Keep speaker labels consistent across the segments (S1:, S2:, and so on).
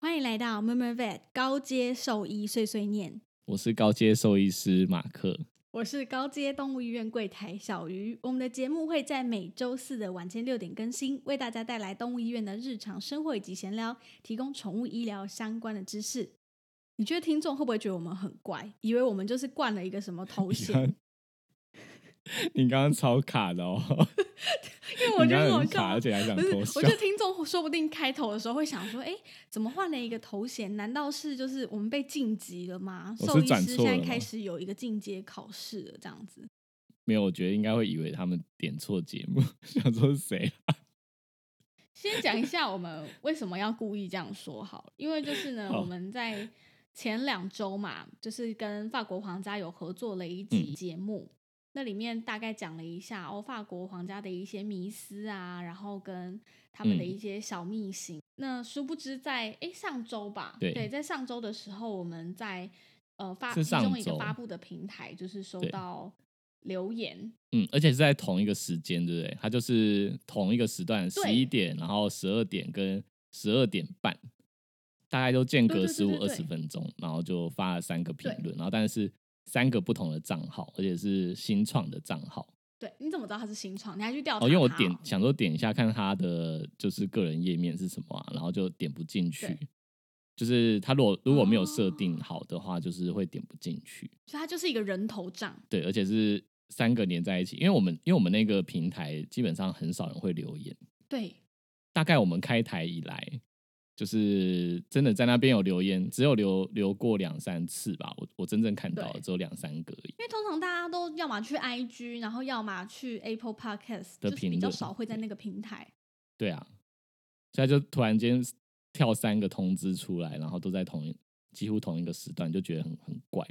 S1: 欢迎来到 m u r m u r Vet 高阶兽医碎碎念，
S2: 我是高阶兽医师马克。
S1: 我是高阶动物医院柜台小鱼。我们的节目会在每周四的晚间六点更新，为大家带来动物医院的日常生活以及闲聊，提供宠物医疗相关的知识。你觉得听众会不会觉得我们很怪，以为我们就是冠了一个什么 头衔？
S2: 你刚刚超卡的哦，
S1: 因 为我觉得
S2: 你刚刚
S1: 好
S2: 很卡，
S1: 笑
S2: 而。且还想
S1: 不是，
S2: 偷
S1: 我
S2: 笑
S1: 觉。得听众说不定开头的时候会想说，哎、怎么换了一个头衔？难道是就是我们被晋级了吗？
S2: 我
S1: 兽
S2: 是
S1: 医
S2: 转
S1: 师现
S2: 错了
S1: 在
S2: 吗
S1: 开始有一个进阶考试了，这样子。
S2: 没有，我觉得应该会以为他们点错节目， 想说是谁啊？
S1: 先讲一下我们为什么要故意这样说好了，因为就是呢，
S2: 好
S1: 我们在前两周嘛，就是跟法国皇家有合作了一
S2: 嗯
S1: 集节目，那里面大概讲了一下哦，法国皇家的一些迷思啊，然后跟他们的
S2: 嗯
S1: 一些小秘辛。那殊不知在诶上周吧，
S2: 对
S1: 在上周的时候，我们在呃发
S2: 是
S1: 其中
S2: 上
S1: 一个
S2: 周
S1: 发布的平台，就是收
S2: 对
S1: 到留言，
S2: 嗯，而且是在同一个时间，对不对？它就是同一个时段，
S1: 对
S2: 十一点，然后十二点跟十二点半，大概都间
S1: 对
S2: 隔
S1: 对
S2: 十
S1: 对
S2: 五
S1: 对
S2: 二
S1: 对
S2: 十分钟，然后就发了三个评
S1: 对
S2: 论，然后但是三个不同的账号，而且是新创的账号。
S1: 对，你怎么知道它是新创？你还去调查、
S2: 哦，因为我点想说点一下看他的就是个人页面是什么啊，然后就点不进去
S1: 对。
S2: 就是他如果如果没有设
S1: 哦
S2: 定好的话，就是会点不进去。
S1: 所以它就是一个人头账。
S2: 对，而且是三个连在一起，因为我们因为我们那个平台基本上很少人会留言，
S1: 对，
S2: 大概我们开台以来，就是真的在那边有留言，只有留留过两三次吧，我我真正看到的
S1: 对
S2: 只有两三个而已。
S1: 因为通常大家都要么去 IG，然后要么去 Apple Podcast，就
S2: 的
S1: 是
S2: 评
S1: 比较
S2: 论
S1: 少会在那个平台。
S2: 对啊，所以他就突然间跳三个通知出来，然后都在同一几乎同一个时段，就觉得很很怪，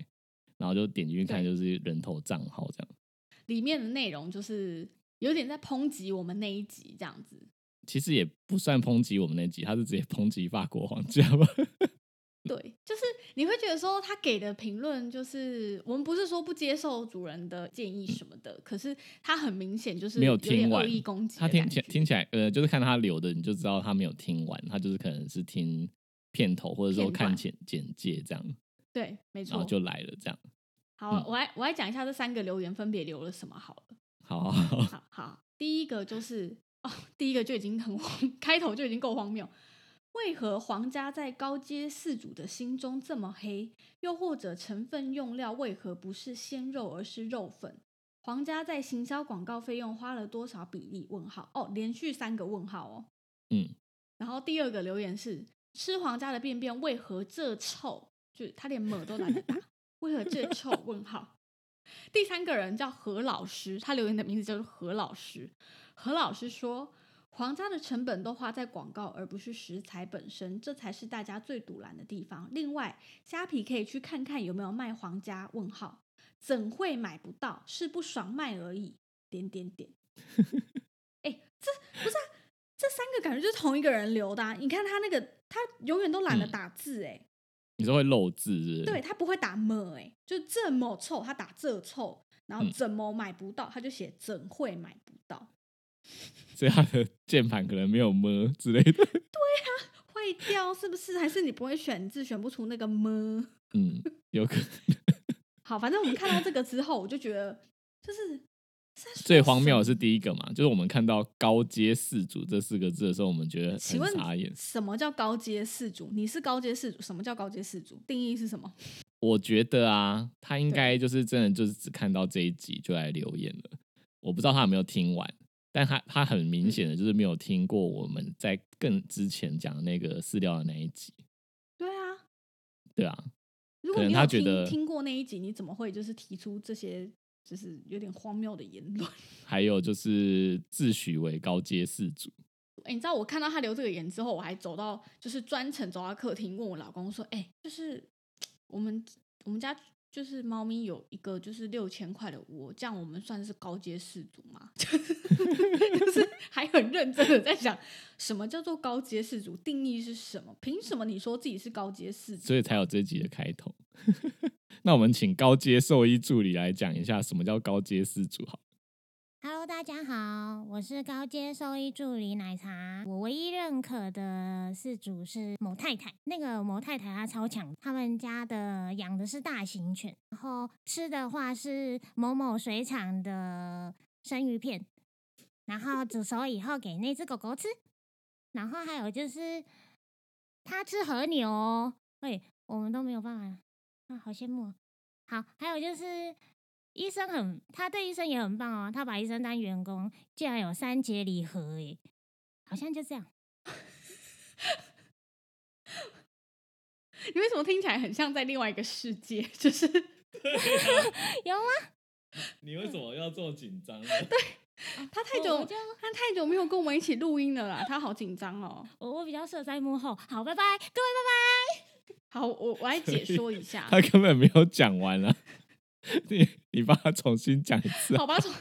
S2: 然后就点进去看，
S1: 对
S2: 就是人头账号这样。
S1: 里面的内容就是有点在抨击我们那一集这样 子。
S2: 其实也不算抨击我们那集，他是直接抨击法国皇家吧？
S1: 对，就是你会觉得说他给的评论，就是我们不是说不接受主人的建议什么的，可是他很明显就是
S2: 没有
S1: 有点
S2: 听
S1: 恶
S2: 完
S1: 意攻击的
S2: 他
S1: 感
S2: 听
S1: 觉。
S2: 起来听起来，呃，就是看他留的，你就知道他没有听完，他就是可能是听片头或者说
S1: 片
S2: 看
S1: 段
S2: 简简介这样，
S1: 对，没
S2: 然
S1: 错
S2: 后。就来了这样。
S1: 好，
S2: 嗯
S1: 我来我来讲一下这三个留言分别留了什么好了。
S2: 好好好，
S1: 好好，第一个就是哦，第一个就已经很荒， 开头就已经够荒谬。为何皇家在高阶饲主的心中这么黑？又或者成分用料为何不是鲜肉，而是肉粉？皇家在行销广告费用花了多少比例？问号哦，连续三个问号哦。
S2: 嗯，
S1: 然后第二个留言是：吃皇家的便便为何这臭？就是他连mở 都懒得打，为何这臭？问号。第三个人叫何老师，他留言的名字叫做何老师。何老师说：“皇家的成本都花在广告，而不是食材本身，这才是大家最堵拦的地方。另外，虾皮可以去看看有没有卖皇家。”问号，怎会买不到？是不爽卖而已。点点点。哎、这不是、啊、这三个感觉就是同一个人留的、啊。你看他那个，他永远都懒得
S2: 嗯
S1: 打字、哎、
S2: 你说会漏字是不是？
S1: 对，他不会打么哎、就这么臭，他打这臭，然后
S2: 嗯
S1: 怎么买不到，他就写怎会买不到，
S2: 所以他的键盘可能没有么之类的。
S1: 坏掉是不是？还是你不会选字，选不出那个么？
S2: 嗯，有可能。
S1: 好，反正我们看到这个之后，我就觉得就是是在说
S2: 最荒谬的是
S1: 什么
S2: 第一个嘛，就是我们看到“高阶四组”这四个字的时候，我们觉得
S1: 请
S2: 很
S1: 问
S2: 傻眼。
S1: 什么叫高阶四主？你是高阶四主，什么叫高阶四主？定义是什么？
S2: 我觉得啊，他应该就是真的就是只看到这一集就来留言了。我不知道他有没有听完，但他他很明显的就是没有听过我们在更之前讲的那个饲料的那一集，
S1: 对啊，
S2: 对啊，
S1: 如果
S2: 可能
S1: 你
S2: 他
S1: 有
S2: 觉
S1: 听
S2: 得
S1: 听过那一集，你怎么会就是提出这些就是有点荒谬的言论。
S2: 还有就是自诩为高阶四主，
S1: 哎、你知道我看到他留这个言之后，我还走到就是专程走到客厅，问我老公说：“哎、就是我们我们家就是猫咪有一个就是六千块的窝，这样我们算是高阶氏族吗？” 就是还很认真的在想，什么叫做高阶氏族？定义是什么？凭什么你说自己是高阶氏族？
S2: 所以才有这集的开头。 那我们请高阶兽医助理来讲一下什么叫高阶四主好了。
S3: Hello，大家好，我是高阶兽医助理奶茶。我唯一认可的饲主是某太太，那个某太太她超强，他们家的养的是大型犬，然后吃的话是某某水产的生鱼片，然后煮熟以后给那只狗狗吃，然后还有就是它吃和牛、哦，喂，我们都没有办法，啊，好羡慕、哦。好，还有就是医生很，他对医生也很棒哦，他把医生当员工，竟然有三节礼盒诶，好像就这样。
S1: 你为什么听起来很像在另外一个世界？ 就是
S3: 有吗？
S2: 你为什么要这么紧张？
S1: 他太
S3: 我
S1: 久
S3: 我就
S1: 他太久没有跟我们一起录音了啦，他好紧张哦。
S3: 我我比较适合在幕后。好，拜拜，各位拜拜。
S1: 好，我我来解说一下。
S2: 他根本没有讲完啊！ 你你帮他重新讲一次啊。
S1: 好吧，从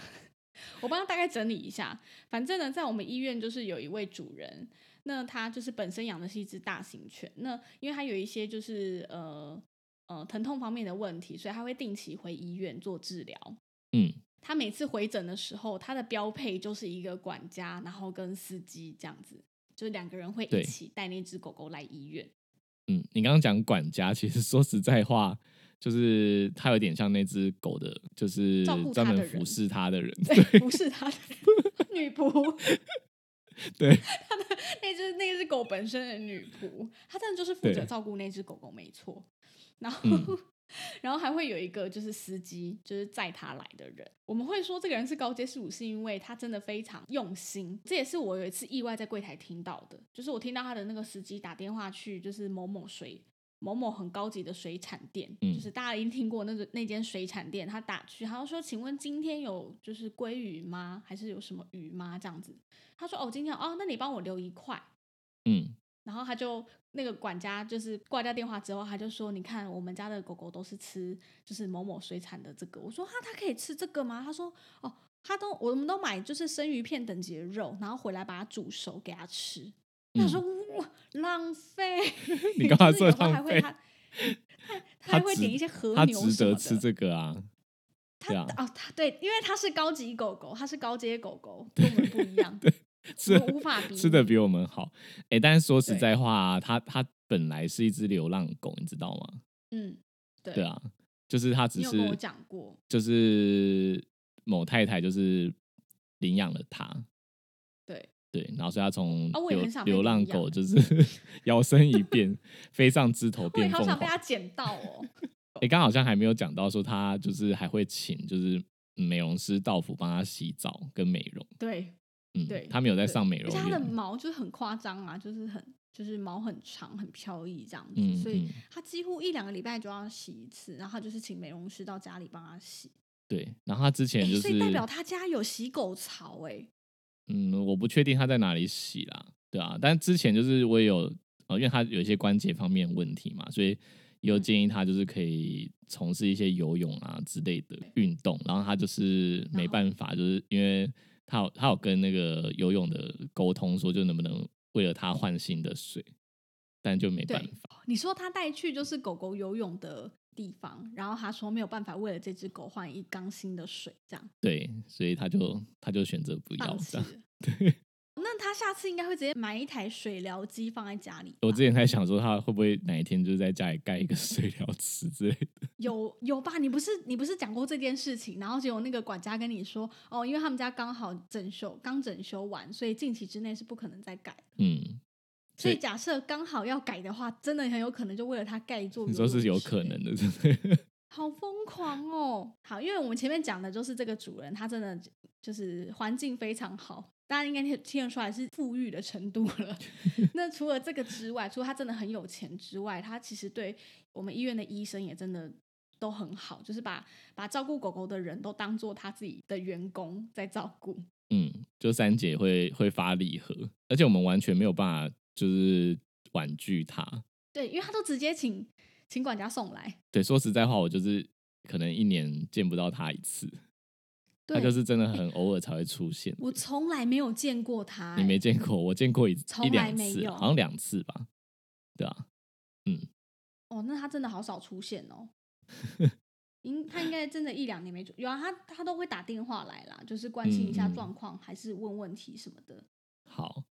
S1: 我帮他大概整理一下。反正呢，在我们医院就是有一位主人，那他就是本身养的是一只大型犬，那因为他有一些就是呃呃疼痛方面的问题，所以他会定期回医院做治疗。
S2: 嗯，
S1: 他每次回诊的时候，他的标配就是一个管家，然后跟司机这样子，就是两个人会
S2: 对
S1: 一起带那只狗狗来医院。
S2: 嗯，你刚刚讲管家，其实说实在话，就是他有点像那只狗的，就是
S1: 照顾它
S2: 专门
S1: 的人
S2: 服侍它的人。
S1: 对，不是 他的女仆，
S2: 对，
S1: 那只那只狗本身的女仆，她真的就是负责
S2: 对
S1: 照顾那只狗狗，没错。然后，
S2: 嗯
S1: 然后还会有一个就是司机，就是载他来的人。我们会说这个人是高阶事务，是因为他真的非常用心。这也是我有一次意外在柜台听到的，就是我听到他的那个司机打电话去，就是某某水。某某很高级的水产店，
S2: 嗯
S1: 就是大家一定听过那个那间水产店，他打去，他就说：“请问今天有就是鲑鱼吗？还是有什么鱼吗？”这样子，他说：“哦，今天有哦，那你帮我留一块。”
S2: 嗯，
S1: 然后他就那个管家就是挂掉电话之后，他就说：“你看我们家的狗狗都是吃就是某某水产的这个。”我说：“哈，它可以吃这个吗？”他说：“哦，他都我们都买就是生鱼片等级的肉，然后回来把它煮熟给它吃。”他
S2: 嗯
S1: 说：“哇，浪费！
S2: 你干嘛
S1: 就是有时候
S2: 说浪
S1: 还会
S2: 费
S1: 他他还会
S2: 值
S1: 点一些和
S2: 他
S1: 牛
S2: 值
S1: 什
S2: 得
S1: 么
S2: 吃
S1: 的
S2: 这 个啊。
S1: 他
S2: 对啊
S1: 哦，他对，因为他是高级狗狗，他是高阶狗 狗，跟我们不一样，
S2: 吃
S1: 我们无法比
S2: 吃的比我们好。哎、但是说实
S1: 对
S2: 在话、啊，它它本来是一只流浪狗，你知道吗？
S1: 嗯，对
S2: 对，啊，就是它只
S1: 你有跟我
S2: 是
S1: 讲过，
S2: 就是某太太就是领养了它。
S1: 对，
S2: 对，然后所以它从
S1: 啊我也
S2: 流、
S1: 很想被
S2: 流浪
S1: 领养
S2: 狗就是 摇身一变，飞上枝头
S1: 我也
S2: 变
S1: 好
S2: 凤
S1: 想被。
S2: 凰
S1: 他捡到哦。
S2: 哎，刚、好像还没有讲到说它就是还会请就是美容师道府帮它洗澡跟美容。
S1: 对，
S2: 嗯，
S1: 对
S2: 它没有在
S1: 对
S2: 上美
S1: 而
S2: 容
S1: 且它的
S2: 院。
S1: 毛就是很夸张啊，就是很就是毛很长很飘逸这样子，
S2: 嗯
S1: 所以
S2: 嗯
S1: 它几乎一两个礼拜就要洗一次，然后它就是请美容师到家里帮它洗，
S2: 对，然后它之前
S1: 诶
S2: 就是、
S1: 所以代表他家有洗狗槽哎、
S2: 嗯，我不确定他在哪里洗啦，对啊，但之前就是我也有呃，因为他有一些关节方面的问题嘛，所以
S1: 嗯
S2: 也有建议他就是可以从事一些游泳啊之类的运动，然后他就是
S1: 哦
S2: 没办法，就是因为他有他有跟那个游泳的沟通说，就能不能为了他换新的水，但就没
S1: 对
S2: 办法，
S1: 你说他带去就是狗狗游泳的地方，然后他说没有办法为了这只狗换一缸新的水，这样
S2: 对，所以他就他就选择不要
S1: 放
S2: 这
S1: 弃
S2: 样
S1: 了。。 那他下次应该会直接买一台水疗机放在家里吧。
S2: 我之前在想说，他会不会哪一天就是在家里盖一个 水疗池之类的。
S1: 有有吧？你不是你不是讲过这件事情，然后结果那个管家跟你说，哦，因为他们家刚好整修，刚整修完，所以近期之内是不可能再改。
S2: 嗯，
S1: 所
S2: 所以
S1: 以假设刚好要改的话，真的很有可能就为了他盖一座。
S2: 你说是有可能，的，真 的。
S1: 好疯狂哦！ 好，因为我们前面讲的就是这个主人，他真的就是环境非常好，大家应该听听得出来是富裕的程度了。那除了这个之外，除了他真的很有钱之外，他其实对我们医院的医生也真的都很好，就是把把照顾狗狗的人都当做他自己的员工在照顾。
S2: 嗯，就三姐会会发礼盒，而且我们完全没有办法就是婉拒她。
S1: 对，因为他都直接请请管家送来。
S2: 对，说实在话，我就是可能一年见不到她一次，她
S1: 对，
S2: 就是真的很偶尔才会出 现。
S1: 我从来没有见过他、
S2: 你
S1: 欸
S2: 没见过，我见过一
S1: 从
S2: 一
S1: 来
S2: 两
S1: 没
S2: 次，
S1: 有
S2: 好像两次吧，对啊，
S1: 哦，那他真的好少出现 哦。应他应该真的一两年没出，有啊，他他都会打电话来啦，就是关心一下
S2: 嗯嗯
S1: 状况，还是问问题什么的。
S2: 好，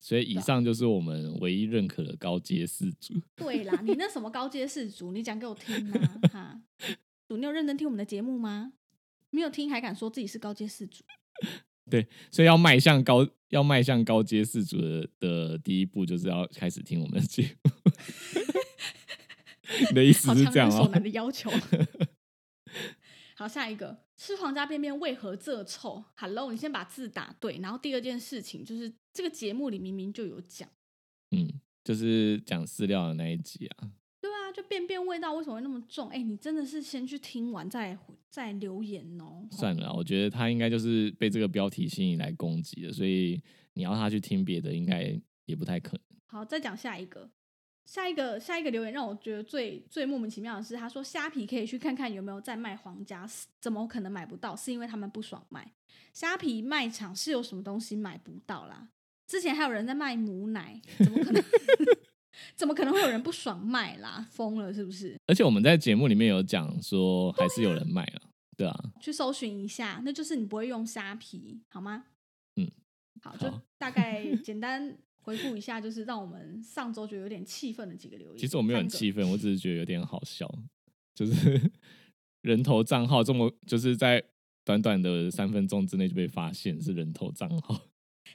S2: 所以以
S1: 对啊
S2: 上就是我们唯一认可的高阶四组。
S1: 对啦，你那什么高阶氏族，你讲给我听啊！哈，主，你有认真听我们的节目吗？没有听还敢说自己是高阶氏族？
S2: 所以要迈向高，要迈向高阶四组的的第一步，就是要开始听我们的节目。 你的意思
S1: 好
S2: 是
S1: 强
S2: 这样哦
S1: 人所
S2: 吗
S1: 难？的要 求。好，下一个吃皇家便便为何这臭？Hello，你先把字打对。然后第二件事情就是这个节目里明明就有讲，
S2: 嗯，就是讲饲料的那一集啊。
S1: 对啊，就便便味道为什么会那么重？哎、你真的是先去听完再再留言哦。
S2: 算了啊，我觉得他应该就是被这个标题吸引来攻击的，所以你要他去听别的，应该也不太可能。
S1: 好，再讲下一个，下一个下一个留言让我觉得最最莫名其妙的是，他说虾皮可以去看看有没有在卖皇家，怎么可能买不到？是因为他们不爽卖。虾皮卖场是有什么东西买不到啦？之前还有人在卖母奶，怎么可能？ 怎么可能会有人不爽卖啦？疯了是不是？
S2: 而且我们在节目里面有讲说，还是有人卖了，对啊，
S1: 去搜寻一下，那就是你不会用虾皮，好吗？
S2: 嗯，
S1: 好，就
S2: 好
S1: 大概简单回顾一下，就是让我们上周觉得有点气愤的几个留言。
S2: 其实我没有很
S1: 三个
S2: 气愤，我只是觉得有点好笑，就是 人头账号这么就是在短短的三分钟之内就被发现是人头账号，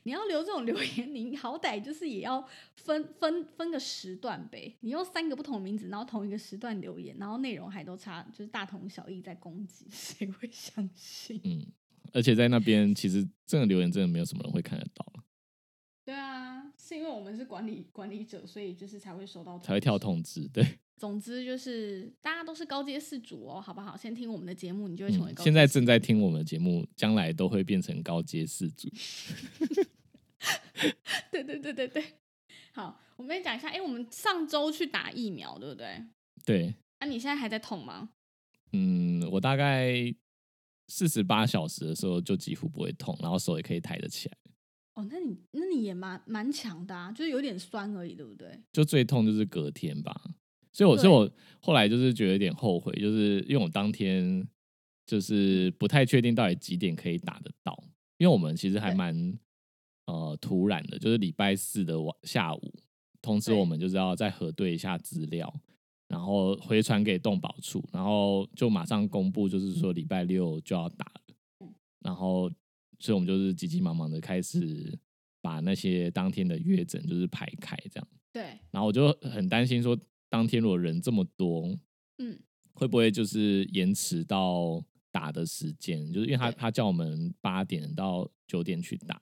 S1: 你要留这种留言，你好歹就是也要分分分个时段呗。你用三个不同的名字，然后同一个时段留言，然后内容还都差，就是大同小异，在攻击， 谁会相信？
S2: 嗯，而且在那边其实这个留言真的没有什么人会看得到，
S1: 对啊，是因为我们是管理管理者，所以就是才会收到
S2: 才会跳
S1: 通知。
S2: 通知，对，
S1: 总之就是大家都是高阶四主哦，好不好？先听我们的节目，你就会成为
S2: 嗯，
S1: 高阶、
S2: 现在正在听我们的节目，将来都会变成高阶四组，
S1: 对对对对对。好，我们来讲一下，哎、我们上周去打疫苗，对不对？
S2: 对，
S1: 啊，你现在还在痛吗？
S2: 嗯，我大概四十八小时的时候就几乎不会痛，然后手也可以抬得起来。
S1: 哦，那你那你也蛮蛮强的啊，就是有点酸而已，对不对？
S2: 就最痛就是隔天吧。所以我，
S1: 对
S2: 所以我后来就是觉得有点后悔，就是因为我当天就是不太确定到底几点可以打得到，因为我们其实还
S1: 对
S2: 蛮呃突然的，就是礼拜四的晚下午通知
S1: 对
S2: 我们，就是要再核对一下资料，然后回传给动保处，然后就马上公布，就是说礼拜六就要打了，
S1: 嗯
S2: 然后所以我们就是急急忙忙的开始把那些当天的约诊就是排开这样。
S1: 对，
S2: 然后我就很担心说，当天如果人这么多，
S1: 嗯，
S2: 会不会就是延迟到打的时间？就是因为他
S1: 对
S2: 他叫我们八点到九点去打，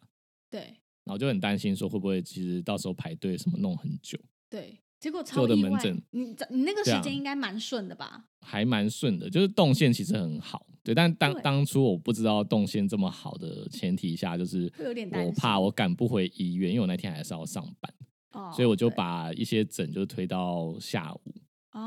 S1: 对
S2: 然后就很担心说会不会其实到时候排队什么弄很久，
S1: 对。结果
S2: 就
S1: 超
S2: 我的
S1: 意
S2: 门
S1: 外
S2: 诊，
S1: 你你那个
S2: 对
S1: 时
S2: 啊
S1: 间应该蛮顺的吧？
S2: 还蛮顺的，就是动线其实很好。对，但当
S1: 对
S2: 当初我不知道动线这么好的前提下，就是
S1: 会有点担
S2: 我
S1: 心
S2: 怕我赶不回医院，因为我那天还是要上班，
S1: 哦，
S2: 所以我就
S1: 对
S2: 把一些诊就推到下午，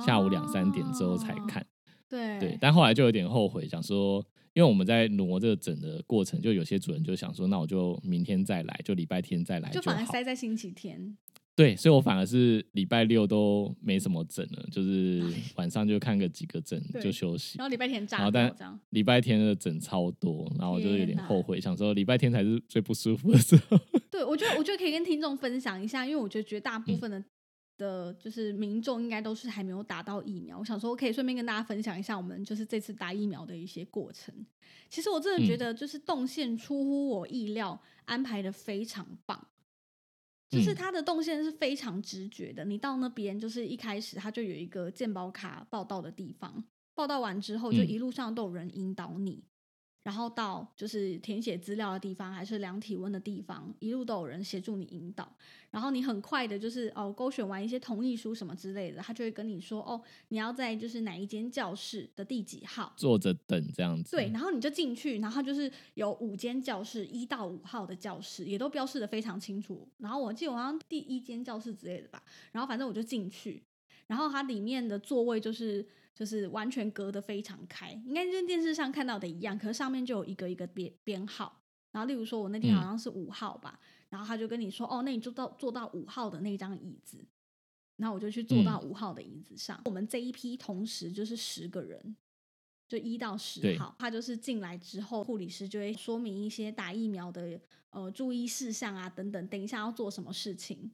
S2: 下午两三点之后才
S1: 哦
S2: 看。
S1: 对
S2: 对，但后来就有点后悔，想说，因为我们在挪这个整的过程，就有些主人就想说，那我就明天再来，就礼拜天再来
S1: 就
S2: 好
S1: 反而。塞在星期天。
S2: 对，所以我反而是礼拜六都没什么整了，就是晚上就看个几个整
S1: 啊对
S2: 就休息
S1: 然。后礼拜天
S2: 然
S1: 炸掉
S2: 后但
S1: 这样。
S2: 礼拜天的整超多，然后我就有
S1: 天
S2: 点
S1: 哪
S2: 后悔，想说礼拜天才是最不舒服的时候。
S1: 对，我觉得我觉得可以跟听众分享一下，因为我觉得绝大
S2: 嗯
S1: 部分的、的，就是民众应该都是还没有打到疫苗。我想说，可以顺便跟大家分享一下我们就是这次打疫苗的一些过程。其实我真的觉
S2: 嗯
S1: 得，就是动线出乎我意料，安排的非常棒。就是
S2: 嗯
S1: 它的动线是非常直觉的，你到那边就是一开始它就有一个健保卡报到的地方，报到完之后就
S2: 嗯
S1: 一路上都有人引导你，然后到就是填写资料的地方，还是量体温的地方，一路都有人协助你引导。然后你很快的，就是哦，勾选完一些同意书什么之类的，他就会跟你说，哦，你要在就是哪一间教室的第几号。
S2: 坐着等这样子。
S1: 对，，然后你就进去，然后就是有五间教室，一到五号的教室也都标示的非常清楚。然后我记得我好像第一间教室之类的吧，然后反正我就进去，然后它里面的座位就是就是完全隔得非常开，应该跟电视上看到的一样，可是上面就有一个一个编编号。然后例如说我那天好
S2: 嗯
S1: 像是五号吧，然后他就跟你说，哦，那你就到坐到五号的那张椅子。然后我就去
S2: 嗯
S1: 坐到五号的椅子上。我们这一批同时就是十个人，就一到十
S2: 对
S1: 号。他就是进来之后，护理师就会说明一些打疫苗的呃注意事项啊等等，等一下要做什么事情。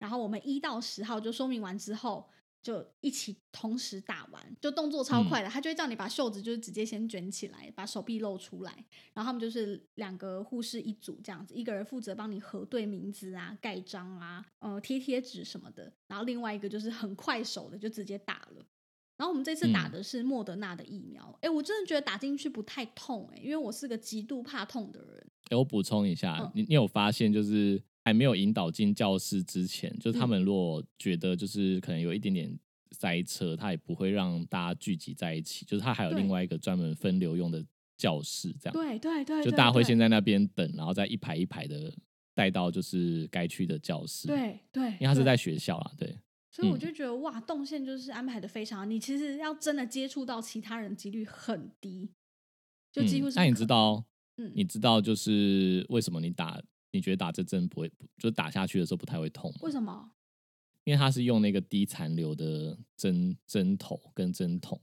S1: 然后我们一到十号就说明完之后，就一起同时打完，就动作超快的。他就会叫你把袖子就是直接先卷起来，把手臂露出来。然后他们就是两个护士一组这样子，一个人负责帮你核对名字啊、盖章啊、呃贴贴纸什么的，然后另外一个就是很快手的就直接打了。然后我们这次打
S2: 嗯
S1: 的是莫德纳的疫苗，哎、我真的觉得打进去不太痛哎、诶因为我是个极度怕痛的人。
S2: 欸我补充一下，
S1: 嗯
S2: 你你有发现就是还没有引导进教室之前，就是他
S1: 嗯
S2: 们如果觉得就是可能有一点点塞车，他也不会让大家聚集在一起，就是他还有
S1: 对
S2: 另外一个专门分流用的教室，这样
S1: 对对对，
S2: 就
S1: 对
S2: 大家会
S1: 对
S2: 先在那边等，然后再一排一排的带到就是该去的教室，，
S1: 对对，
S2: 因为他是
S1: 对
S2: 在学校啦，对，
S1: 所以我
S2: 嗯
S1: 就觉得、哇，动线就是安排的非常好。你其实要真的接触到其他人几率很低，就几
S2: 嗯
S1: 乎是、
S2: 那你知，道
S1: 嗯，
S2: 你知道就是为什么你打你觉得打这针不会，就是打下去的时候不太会痛吗？
S1: 为什么？
S2: 因为它是用那个低残留的针针头跟针筒，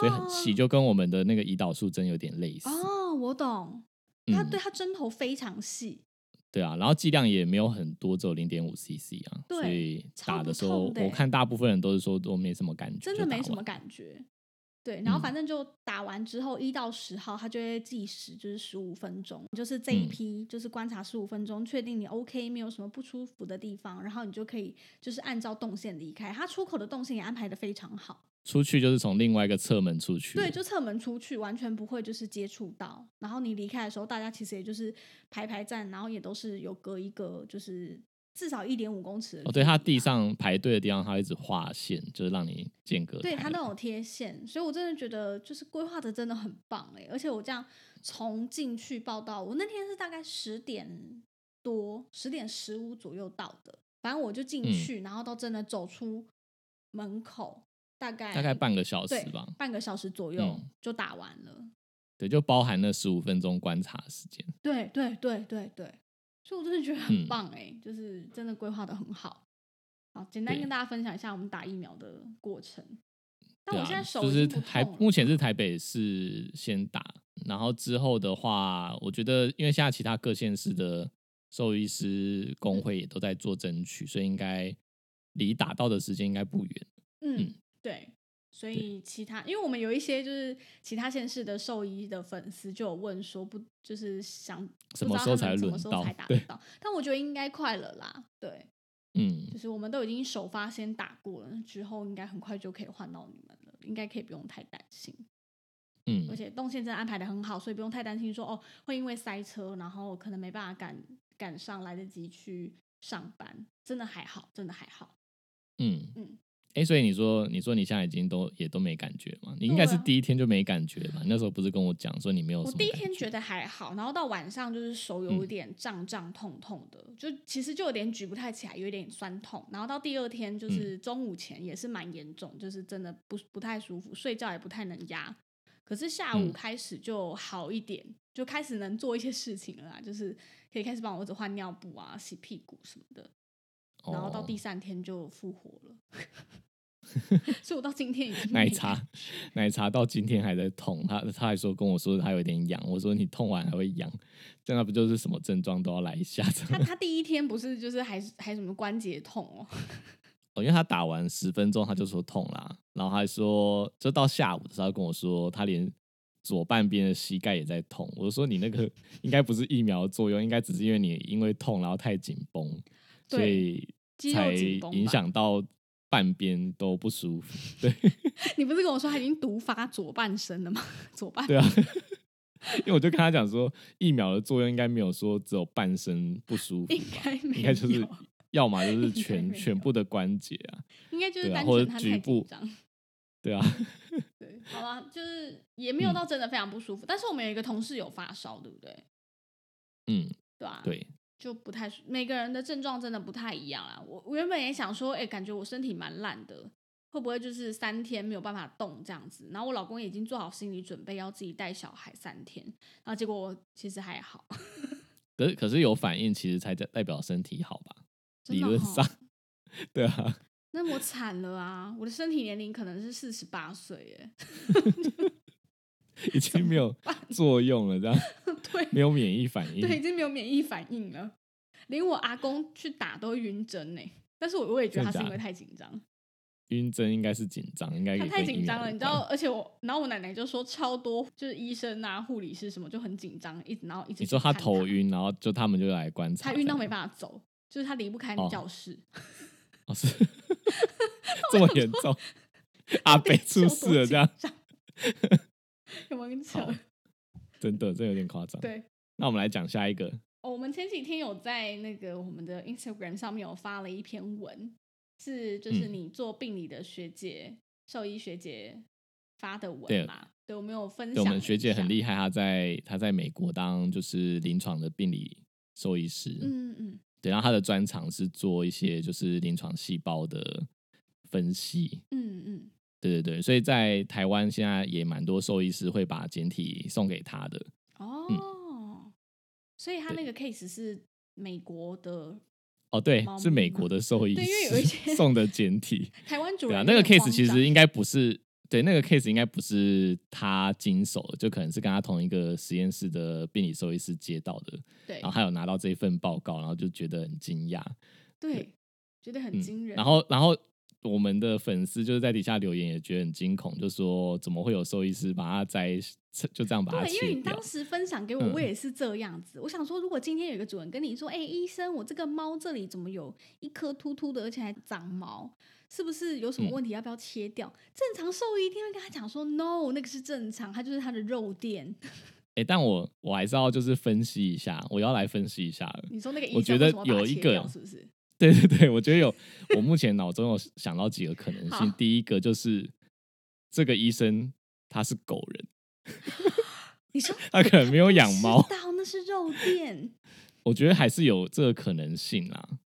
S2: 所以很细，
S1: 哦
S2: 就跟我们的那个胰岛素针有点类似。嗯
S1: 哦，我懂。他对他针头非常细，
S2: 对啊，然后剂量也没有很多，只有零点五 CC 啊，
S1: 对
S2: 所以
S1: 超
S2: 打
S1: 不
S2: 的时
S1: 痛
S2: 候，
S1: 的欸
S2: 我看大部分人都是说都没什么感觉，
S1: 真
S2: 就
S1: 的
S2: 打
S1: 没什么
S2: 完。
S1: 感觉。对，然后
S2: 嗯
S1: 反正就打完之后，一到十号，他就会计时，就是十五分钟，就是这一
S2: 嗯
S1: 批，就是观察十五分钟，确定你 OK，没有什么不舒服的地方，然后你就可以就是按照动线离开。他出口的动线也安排的非常好，
S2: 出去就是从另外一个侧门出去，
S1: 对，就侧门出去，完全不会就是接触到。然后你离开的时候，大家其实也就是排排站，然后也都是有隔一个，就是至少一点五公尺的距离啊。
S2: 哦，对，它地上排队的地方，它会一直画线，就是让你间隔开
S1: 对
S2: 来。
S1: 它都有贴线，所以我真的觉得就是规划的真的很棒哎、而且我这样从进去报到，我那天是大概十点多，十点十五左右到的，反正我就进
S2: 嗯
S1: 去，然后到真的走出门口，大概
S2: 大概半个小时
S1: 对
S2: 吧，
S1: 半个小时左右、
S2: 嗯
S1: 就打完了。
S2: 对，就包含那十五分钟观察时间。
S1: 对对对对对，所以我真的觉得很
S2: 嗯
S1: 棒哎、就是真的规划的很好。好，简单
S2: 对
S1: 跟大家分享一下我们打疫苗的过程。但
S2: 对
S1: 我现在手
S2: 啊、就
S1: 已
S2: 是
S1: 经不
S2: 台
S1: 痛了
S2: 目前是台北市先打，然后之后的话，我觉得因为现在其他各县市的兽医师工会也都在做争取，所以应该离打到的时间应该不远。
S1: 嗯
S2: 嗯，
S1: 对。所以其他，因为我们有一些就是其他县市的兽医的粉丝就有问说不，就是想
S2: 什
S1: 不知道
S2: 么时候
S1: 他们
S2: 才
S1: 什么
S2: 轮
S1: 时候
S2: 到
S1: 才打得
S2: 对
S1: 到？但我觉得应该快了啦。对，
S2: 嗯，
S1: 就是我们都已经首发先打过了，之后应该很快就可以换到你们了，应该可以不用太担心。而
S2: 嗯，
S1: 且动线真的安排的很好，所以不用太担心说哦会因为塞车，然后可能没办法赶赶上来得及去上班，真的还好，真的还好。
S2: 嗯，
S1: 嗯
S2: 嗯，哎、所以你说，你说你现在已经都也都没感觉嘛？你应该
S1: 对
S2: 是
S1: 啊
S2: 第一天就没感觉吧？你那时候不是跟我讲说你没有
S1: 我
S2: 什么
S1: 第一
S2: 感
S1: 天觉
S2: 觉嗯
S1: 得还好，然后到晚上就是手有一点胀胀痛痛的，就其实就有点举不太起来，有点酸痛。然后到第二天
S2: 嗯
S1: 就是中午前也是蛮严重，就是真的不不太舒服，睡觉也不太能压。可是下午
S2: 嗯
S1: 开始就好一点，就开始能做一些事情了啦，就是可以开始帮我儿子换尿布啊、洗屁股什么的。然后到
S2: 哦
S1: 第三天就复活 了，所以我到今天已 经
S2: 奶
S1: 没
S2: 茶，奶茶到今天还在痛，他他还说跟我说他有点痒，我说你痛完还会痒，这样那不就是什么症状都要来一下 子？
S1: 他他第一天不是就是还是还什么关节痛哦，
S2: 哦，因为他打完十分钟他就说痛啦，然后他还说就到下午的时候他跟我说他连左半边的膝盖也在痛，我就说你那个应该不是疫苗的作用，应该只是因为你因为痛然后太紧绷，所
S1: 对
S2: 以
S1: 肌肉
S2: 才
S1: 紧绷
S2: 影
S1: 吧
S2: 响到半边都不舒服。
S1: 你不是跟我说他已经毒发左半身了吗？左半
S2: 对啊， 因为我就跟他讲说，疫苗的作用应该没有说只有半身不舒服
S1: 应
S2: 吧，
S1: 该没有，
S2: 应该就是要么就
S1: 应
S2: 是
S1: 该
S2: 全
S1: 没有
S2: 全部的关节啊，
S1: 应该就是
S2: 对啊
S1: 单
S2: 或者
S1: 纯他
S2: 局
S1: 太
S2: 部
S1: 紧张。
S2: 对啊，
S1: 对，好了，就是也没有到真的非常不舒服，但是我们有一个同事有发烧，对不对？
S2: 嗯，
S1: 对啊，，
S2: 对，
S1: 就不太每个人的症状真的不太一样啦。我我原本也想说，哎、感觉我身体蛮烂的，会不会就是三天没有办法动这样子？然后我老公已经做好心理准备，要自己带小孩三天，然后结果我其实还好，
S2: 可是可是有反应，其实才代代表身体好吧？
S1: 真
S2: 理
S1: 的
S2: 论
S1: 哦
S2: 上，对啊，
S1: 那我惨了啊！我的身体年龄可能是四十八岁耶，
S2: 已经没有作用了，这样
S1: 对
S2: 没有免疫反应，
S1: 对，已经没有免疫反应了，连我阿公去打都晕针呢。但是我我也觉得他是因为太紧张，
S2: 晕针应该是紧张，应该
S1: 他
S2: 也
S1: 太
S2: 跟疫
S1: 紧张
S2: 苗
S1: 了，
S2: 有
S1: 你知
S2: 关
S1: 道？而且我，然后我奶奶就说超多，就是医生啊、护理师什么就很紧张，一直然后一直
S2: 你说
S1: 去
S2: 他
S1: 看
S2: 头，晕，然后就他们就来观察
S1: 他
S2: 这样，
S1: 晕到没办法走，就是他离不开
S2: 哦
S1: 教室，
S2: 哦，是 这么严重， 阿北出事了，这样，
S1: 到底有多紧张，有没有很
S2: 好
S1: 扯？
S2: 真的这有点夸张。，
S1: 对，
S2: 那我们来讲下一个，
S1: 哦，我们前几天有在那个我们的 Instagram 上面有发了一篇文，是就是
S2: 嗯
S1: 你做病理的学姐、兽医学姐发的
S2: 对
S1: 文嘛？对，我们有分
S2: 对
S1: 享。
S2: 我们学姐很厉害，她在她在美国当就是临床的病理兽医师，
S1: 嗯嗯，
S2: 对，然后她的专长是做一些就是临床细胞的分析，
S1: 嗯嗯
S2: 对对对，所以在台湾现在也蛮多兽医师会把简体送给她的，
S1: 嗯，哦，所以他那个 case 是美国的，
S2: 哦，对
S1: 猫，
S2: 是
S1: 咪
S2: 美
S1: 吗
S2: 国的兽医
S1: 对因为有一
S2: 师
S1: 些
S2: 送的 简体，
S1: 台湾主
S2: 对
S1: 人
S2: 啊，
S1: 有
S2: 那个
S1: 点
S2: case
S1: 慌
S2: 其
S1: 张
S2: 实应该不是，对，那个 case 应该不是他经手的，就可能是跟他同一个实验室的病理兽医师接到的，
S1: 对
S2: 然后他有拿到这一份报告，然后就觉得很惊讶，
S1: 对，觉得很惊人。
S2: 嗯然后然后我们的粉丝就是在底下留言也觉得很惊恐，就说怎么会有兽医师把它摘，就这样把它
S1: 对，因为
S2: 切
S1: 你
S2: 掉
S1: 当？时分享给我，
S2: 嗯
S1: 我也是这样子。我想说，如果今天有一个主人跟你说：“哎、医生，我这个猫这里怎么有一颗突突的，而且还长毛，是不是有什么
S2: 嗯
S1: 问题？要不要切掉？”正常兽医一定会跟他讲说：“No，那个是正常，它就是它的肉垫。
S2: 哎，但我我还是要就是分析一下，我要来分析一下了”。
S1: 你说那个医
S2: 我
S1: 生
S2: 觉
S1: 为
S2: 得
S1: 什么把它
S2: 有一
S1: 切
S2: 个
S1: 掉是不是？
S2: 对对对，我觉得有，我目前脑中有想到几个可能性
S1: 好。
S2: 第一个就是这个医生他是狗人，
S1: 你说
S2: 他可能没有 养猫
S1: 知，道那是肉垫，
S2: 我觉得还是有这个可能性啦。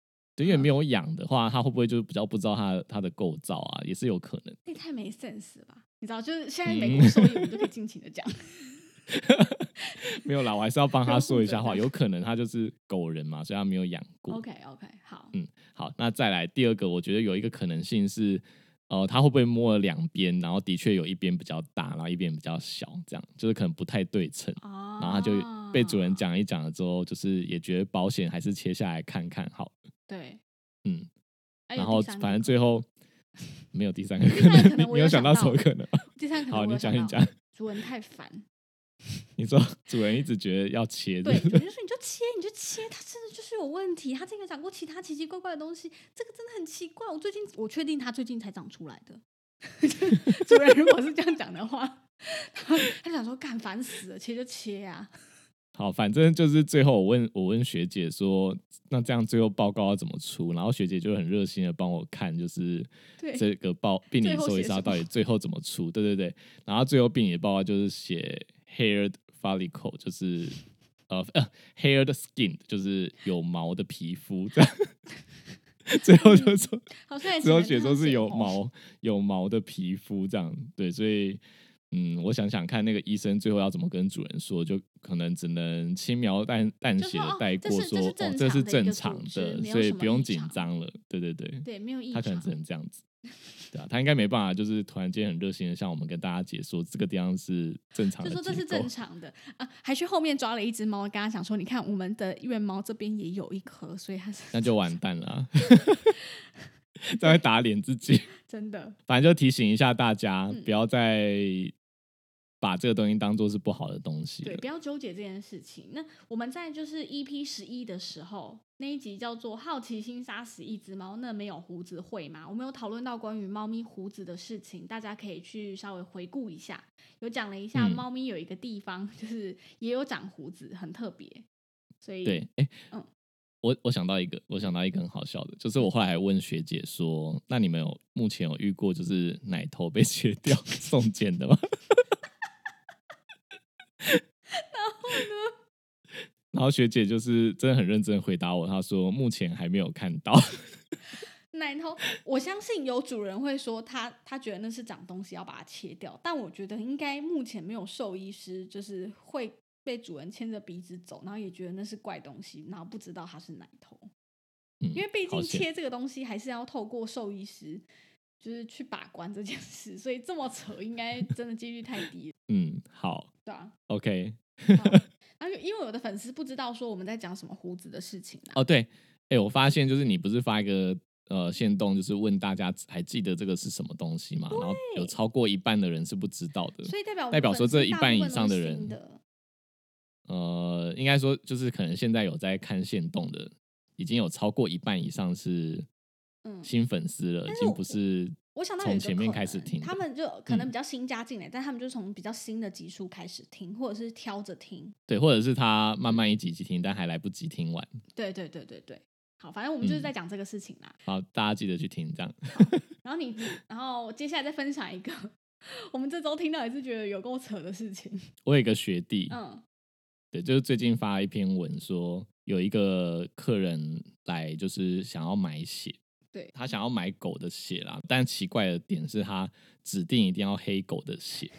S1: 嗯
S2: 对，因为没有养的话，他会不会就比较不知道他的他的构造啊，也是有可能。
S1: 那也太没 sense 了吧？你知道，就是现在美
S2: 嗯
S1: 国兽医，我们都可以尽情的 讲。
S2: 没有啦，我还是要帮
S1: 不
S2: 他
S1: 要负
S2: 说一
S1: 责
S2: 下话，
S1: 他
S2: 有可能他就是狗人嘛，所以他没有养过。
S1: OK OK，好，
S2: 嗯好，那再来第二个，我觉得有一个可能性是，呃，他会不会摸了两边，然后的确有一边比较大，然后一边比较小，这样就是可能不太对称。
S1: 哦，
S2: 然后他就被主人讲一讲了之后，就是也觉得保险还是切下来看看好，
S1: 对，
S2: 嗯，
S1: 哎有
S2: 然
S1: 第
S2: 后
S1: 三个
S2: 反正
S1: 吗
S2: 最后 没有第三个
S1: 第三个可
S2: 能，
S1: 能
S2: 你
S1: 我
S2: 你有
S1: 有想
S2: 想到
S1: 到
S2: 什么可能吗？
S1: 第三个可能
S2: 好，
S1: 我
S2: 你
S1: 有
S2: 讲
S1: 想
S2: 你
S1: 到
S2: 讲，
S1: 主人太 烦，
S2: 你说主人一直觉得要切，
S1: 对，
S2: 是
S1: 主
S2: 不是
S1: 人就说你就切，你就切，他真的就是有问题，他之前讲过其他奇奇怪怪的东西，这个真的很奇怪。我最近我确定他最近才长出来的。 主人如果是这样讲的话，他他就想说干烦死了，切就切啊。
S2: 好，反正就是最后我问我问学姐说，那这样最后报告要怎么出？然后学姐就很热心的帮我看，就是
S1: 对
S2: 这个 报病理
S1: 最后
S2: 兽医
S1: 写
S2: 师他
S1: 什
S2: 到底
S1: 么
S2: 最后怎么出？对对对，然后最后病理报告就是写 haired follicle，就是呃呃 haired skin，就是有毛的皮肤这样。 最后就说，
S1: 好，现在
S2: 最后
S1: 只
S2: 写
S1: 能
S2: 说
S1: 他
S2: 是有
S1: 毛，
S2: 毛有毛的皮肤这样，对，所以嗯，我想想看那个医生最后要怎么跟主人说，就可能只能轻描淡淡
S1: 就
S2: 写
S1: 说
S2: 的
S1: 哦
S2: 带
S1: 这
S2: 过
S1: 是这
S2: 说，
S1: 是
S2: 哦
S1: 正，
S2: 这是
S1: 常的一
S2: 正
S1: 个
S2: 常
S1: 组织
S2: 的，
S1: 没有
S2: 所以
S1: 什么
S2: 不用
S1: 异
S2: 紧
S1: 常
S2: 张了，对对对。
S1: 对，没有异
S2: 他
S1: 常，
S2: 可能只能这样子，对啊，他应该没办法，就是突然间很热心的向我们跟大家解说这个地方是正常
S1: 就
S2: 的结
S1: 说
S2: 构，
S1: 这是正常的啊，还去后面抓了一只猫，跟他讲说，你看我们的院猫这边也有一颗，所以它是
S2: 那就完蛋了、啊， 这样会打脸自己。
S1: 真的
S2: 反正就提醒一下大家，
S1: 嗯
S2: 不要再把这个东西当做是不好的东西
S1: 对，
S2: 了。
S1: 不要纠结这件事情。那我们在就是 EP 十一的时候，那一集叫做《好奇心杀死一只猫》，那没有胡子会吗？我们有讨论到关于猫咪胡子的事情，大家可以去稍微回顾一下。有讲了一下，
S2: 嗯
S1: 猫咪有一个地方就是也有长胡子，很特别。所以，
S2: 对，哎、
S1: 嗯
S2: 我我想到一个，我想到一个很好笑的，就是我后来还问学姐说，那你们有目前有遇过就是奶头被切 掉送检的吗？然后呢？ 然后学姐就是真的很认真地回答我，她说目前还没有看到。
S1: 奶头，我相信有主人会说他他觉得那是长东西，要把它切掉。但我觉得应该目前没有兽医师就是会被主人牵着鼻子走，然后也觉得那是怪东西，然后不知道它是奶头，
S2: 嗯，
S1: 因为毕
S2: 好
S1: 竟
S2: 险
S1: 切这个东西还是要透过兽医师就是去把关这件事，所以这么扯应该真的几率太低了，
S2: 嗯好
S1: 对啊。
S2: ，OK，
S1: 好然后因为有的粉丝不知道说我们在讲什么胡子的事情啊，
S2: 哦对，哎、我发现就是你不是发一个呃线动，就是问大家还记得这个是什么东西吗？然后有超过一半的人是不知道的，
S1: 所以代表我们
S2: 哦代表
S1: 粉
S2: 说
S1: 丝
S2: 这一
S1: 大部
S2: 半以
S1: 分都
S2: 上
S1: 是
S2: 的人
S1: 新的
S2: 呃，应该说就是可能现在有在看线动的，已经有超过一半以上是
S1: 嗯
S2: 新粉丝了，已
S1: 但是
S2: 经
S1: 我
S2: 不是
S1: 我想到有一个
S2: 从前面
S1: 可
S2: 开始
S1: 能
S2: 听的。
S1: 他们就可能
S2: 嗯
S1: 比较新加进来，但他们就从比较新的集数开始听，或者是挑着听。
S2: 对，或者是他慢慢一集一集听，但还来不及听完，
S1: 对对对对对，好，反正我们就是
S2: 嗯
S1: 在讲这个事情啦。
S2: 好，大家记得去听这样。
S1: 然后你，然后接下来再分享一个我们这周听到也是觉得有够扯的事情。
S2: 我有一个学弟，
S1: 嗯
S2: 对，就是最近发了一篇文说，有一个客人来，就是想要买血，
S1: 对
S2: 他想要买狗的血啦，但奇怪的点是他指定一定要黑狗的血，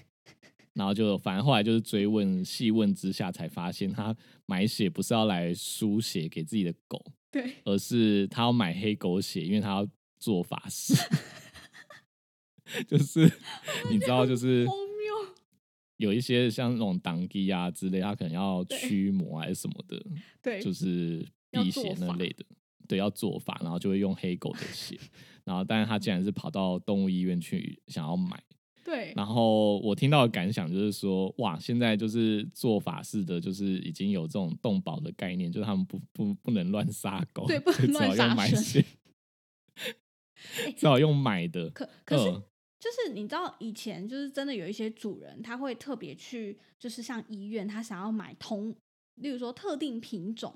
S2: 然后就反正后来就是追问细问之下才发现，他买血不是要来输血给自己的狗，
S1: 对，
S2: 而是他要买黑狗血，因为他要做法事， 就是 你知道，就是
S1: 荒谬。
S2: 有一些像那种挡地啊之类，他可能要驱魔还是什么的，
S1: 对，
S2: 就是辟邪那类的，对，要做法，然后就会用黑狗的血，然后但是他竟然是跑到动物医院去想要买，
S1: 对，
S2: 然后我听到的感想就是说，哇，现在就是做法事的，就是已经有这种动保的概念，就是他们不不不能乱杀狗，
S1: 对不能
S2: 所以只好
S1: 乱杀
S2: 用买
S1: 生
S2: 血，只好用买的，
S1: 哎可可是
S2: 嗯
S1: 就是你知道以前就是真的有一些主人他会特别去，就是像医院他想要买同，例如说特定品种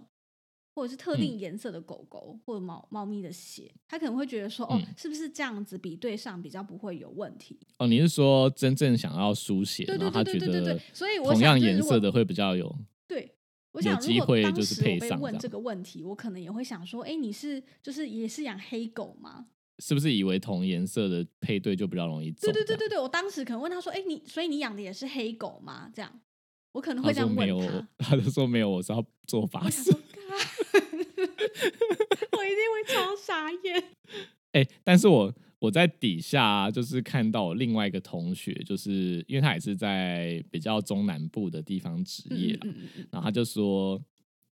S1: 或者是特
S2: 嗯
S1: 定颜色的狗狗、或者猫猫咪的血，他可能会觉得说哦
S2: 嗯，
S1: 是不是这样子比对上比较不会有问题？
S2: 哦，你是说真正想要输血，
S1: 对
S2: 然
S1: 对
S2: 后他
S1: 对
S2: 觉
S1: 对对对
S2: 得
S1: 对所以我
S2: 同
S1: 想
S2: 样
S1: 就是
S2: 颜
S1: 如
S2: 色
S1: 果
S2: 的会比较有，
S1: 对，我
S2: 有
S1: 想如
S2: 机
S1: 果
S2: 会
S1: 当
S2: 就是
S1: 时
S2: 配
S1: 我被
S2: 上这
S1: 问
S2: 样
S1: 这个问题，我可能也会想说，哎，你是就是也是养黑狗吗？
S2: 是不是以为同颜色的配对就比较容易
S1: 对
S2: 中？
S1: 对对
S2: 这样，
S1: 对对，我当时可能问他说：“哎、你所以你养的也是黑狗吗？”这样，我可能会这
S2: 他说
S1: 样
S2: 没
S1: 问
S2: 有
S1: 他。，
S2: 他就说没有，我是要做法
S1: 我想
S2: 事
S1: 说，。干 我一定会超傻眼。
S2: 哎、但是我我在底下、啊就是看到我另外一个同学，就是因为他也是在比较中南部的地方职业啦，
S1: 嗯嗯嗯
S2: 然后他就说，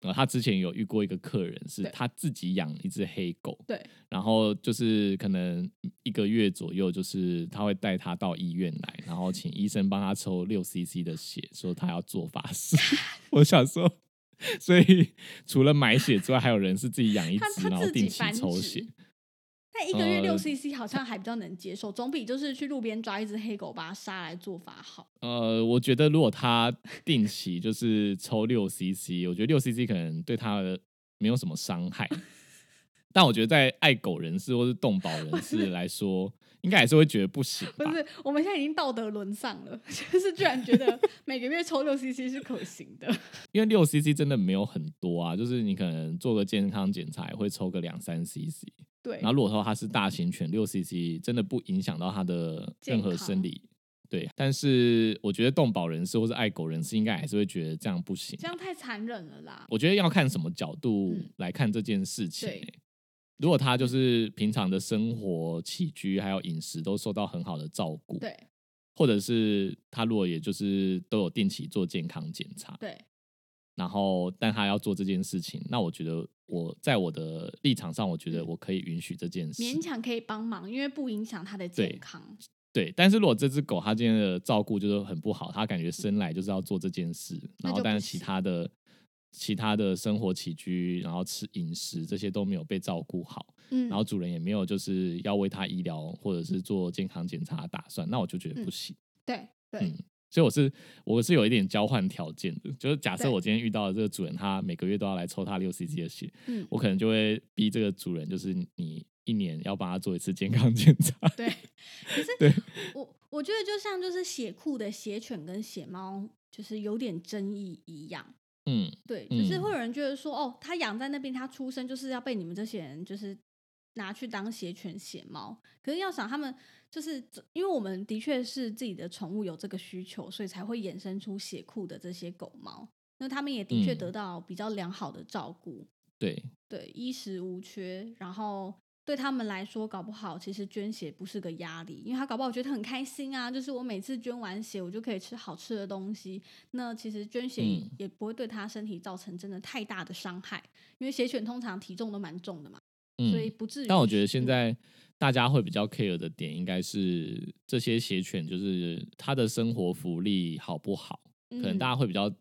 S2: 呃，他之前有遇过一个客人，是
S1: 对
S2: 他自己养一只黑狗，
S1: 对
S2: 然后就是可能一个月左右，就是他会带他到医院来，然后请医生帮他抽六 CC 的血，说他要做法事。 我想说， 所以除了买血之外，还有人是自己养一
S1: 他
S2: 只，然
S1: 他
S2: 后
S1: 自
S2: 定
S1: 己
S2: 期
S1: 繁
S2: 抽
S1: 殖
S2: 血。，
S1: 但一个月
S2: 呃
S1: 六 CC 好像还比较能接受，总比就是去路边抓一只黑狗把它杀来做法 好。
S2: 呃，我觉得如果他定期就是抽六 CC，我觉得六 CC 可能对他的没有什么伤害，但我觉得在爱狗人士或是动保 人士来说，应该还是会觉得不行吧
S1: 不。是，我们现在已经道德沦丧了， 就是居然觉得每个月抽六 CC 是可行 的。
S2: 因为六 CC 真的没有很多啊，就是你可能做个健康检查也会抽个两三 CC，
S1: 对
S2: 然，后如果说它是大型犬，六 CC 真的不影响到它的任何生理。对，但是我觉得动保人士或是爱狗人士应该还是会觉得这样不行
S1: 这。样太残忍了啦。
S2: 我觉得要看什么角度
S1: 嗯
S2: 来看这件事情、
S1: 对嗯
S2: 欸如果他就是平常的生活起居还有饮食都受到很好的照顾，
S1: 对
S2: 或者是他如果也就是都有定期做健康检查，
S1: 对，
S2: 然后但他要做这件事情，那我觉得我在我的立场上，我觉得
S1: 嗯
S2: 我可以允许这件事。
S1: 勉强可以帮忙，因为不影响他的健康。
S2: 对，但是如果这只狗它今天的照顾就是很不好，它感觉生来就是要做这件事，
S1: 那
S2: 然后
S1: 就
S2: 但
S1: 不
S2: 是其
S1: 行
S2: 他的其他的生活起居，然后吃饮食这些都没有被照顾好，
S1: 嗯，
S2: 然后主人也没有就是要为它医疗或者是做健康检查的打算，那我就觉得不
S1: 嗯
S2: 行。
S1: 对对，
S2: 嗯所以我是我是有一点交换条件的，就是假设
S1: 对
S2: 我今天遇到的这个主人，他每个月都要来抽他六 cc 的血，
S1: 嗯
S2: 我可能就会逼这个主人，就是你一年要帮他做一次健康检查。
S1: 对，可
S2: 对
S1: 是我我觉得就像就是血库的血犬跟血猫就是有点争议一样，
S2: 嗯，
S1: 对，就是
S2: 嗯
S1: 会有人觉得说，哦，它养在那边，它出生就是要被你们这些人就是拿去当血犬、血猫。可是要想他们，就是因为我们的确是自己的宠物有这个需求，所以才会衍生出血库的这些狗猫。那他们也的确
S2: 嗯
S1: 得到比较良好的照顾，
S2: 对，
S1: 对，衣食无缺，然后。对他们来说，搞不好其实捐血不是个压力，因为他搞不好觉得很开心啊。就是我每次捐完血，我就可以吃好吃的东西。那其实捐血
S2: 嗯
S1: 也不会对他身体造成真的太大的伤害，因为血犬通常体重都蛮重的嘛，
S2: 嗯，
S1: 所以不至于。
S2: 但我觉得现在大家会比较 care 的点，应该是这些血犬就是它的生活福利好不好，
S1: 可
S2: 可能大家会比较，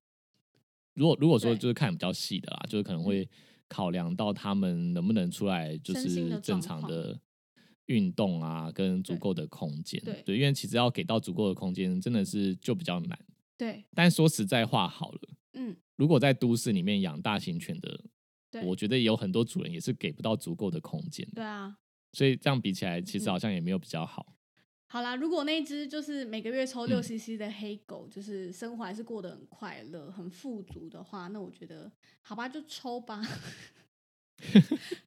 S2: 如果如果说
S1: 嗯对嗯
S2: 就是看比较细的啦，就是可能会考量到他们能不能出来，就
S1: 身心
S2: 是
S1: 的
S2: 正
S1: 状
S2: 常
S1: 况
S2: 的运动啊，跟足
S1: 对
S2: 够的空间，
S1: 对
S2: 对，因为其实要给到足够的空间，真的是就比较难。
S1: 对，
S2: 但说实在话，好了。
S1: 嗯，
S2: 如果在都市里面养大型犬的，
S1: 对，
S2: 我觉得有很多主人也是给不到足够的空间，
S1: 对啊。
S2: 所以这样比起来，其实
S1: 嗯
S2: 好像也没有比较好。
S1: 好啦，如果那只就是每个月抽六
S2: 嗯
S1: CC 的黑狗，就是生活还是过得很快乐、很富足的话，那我觉得好吧，就抽吧，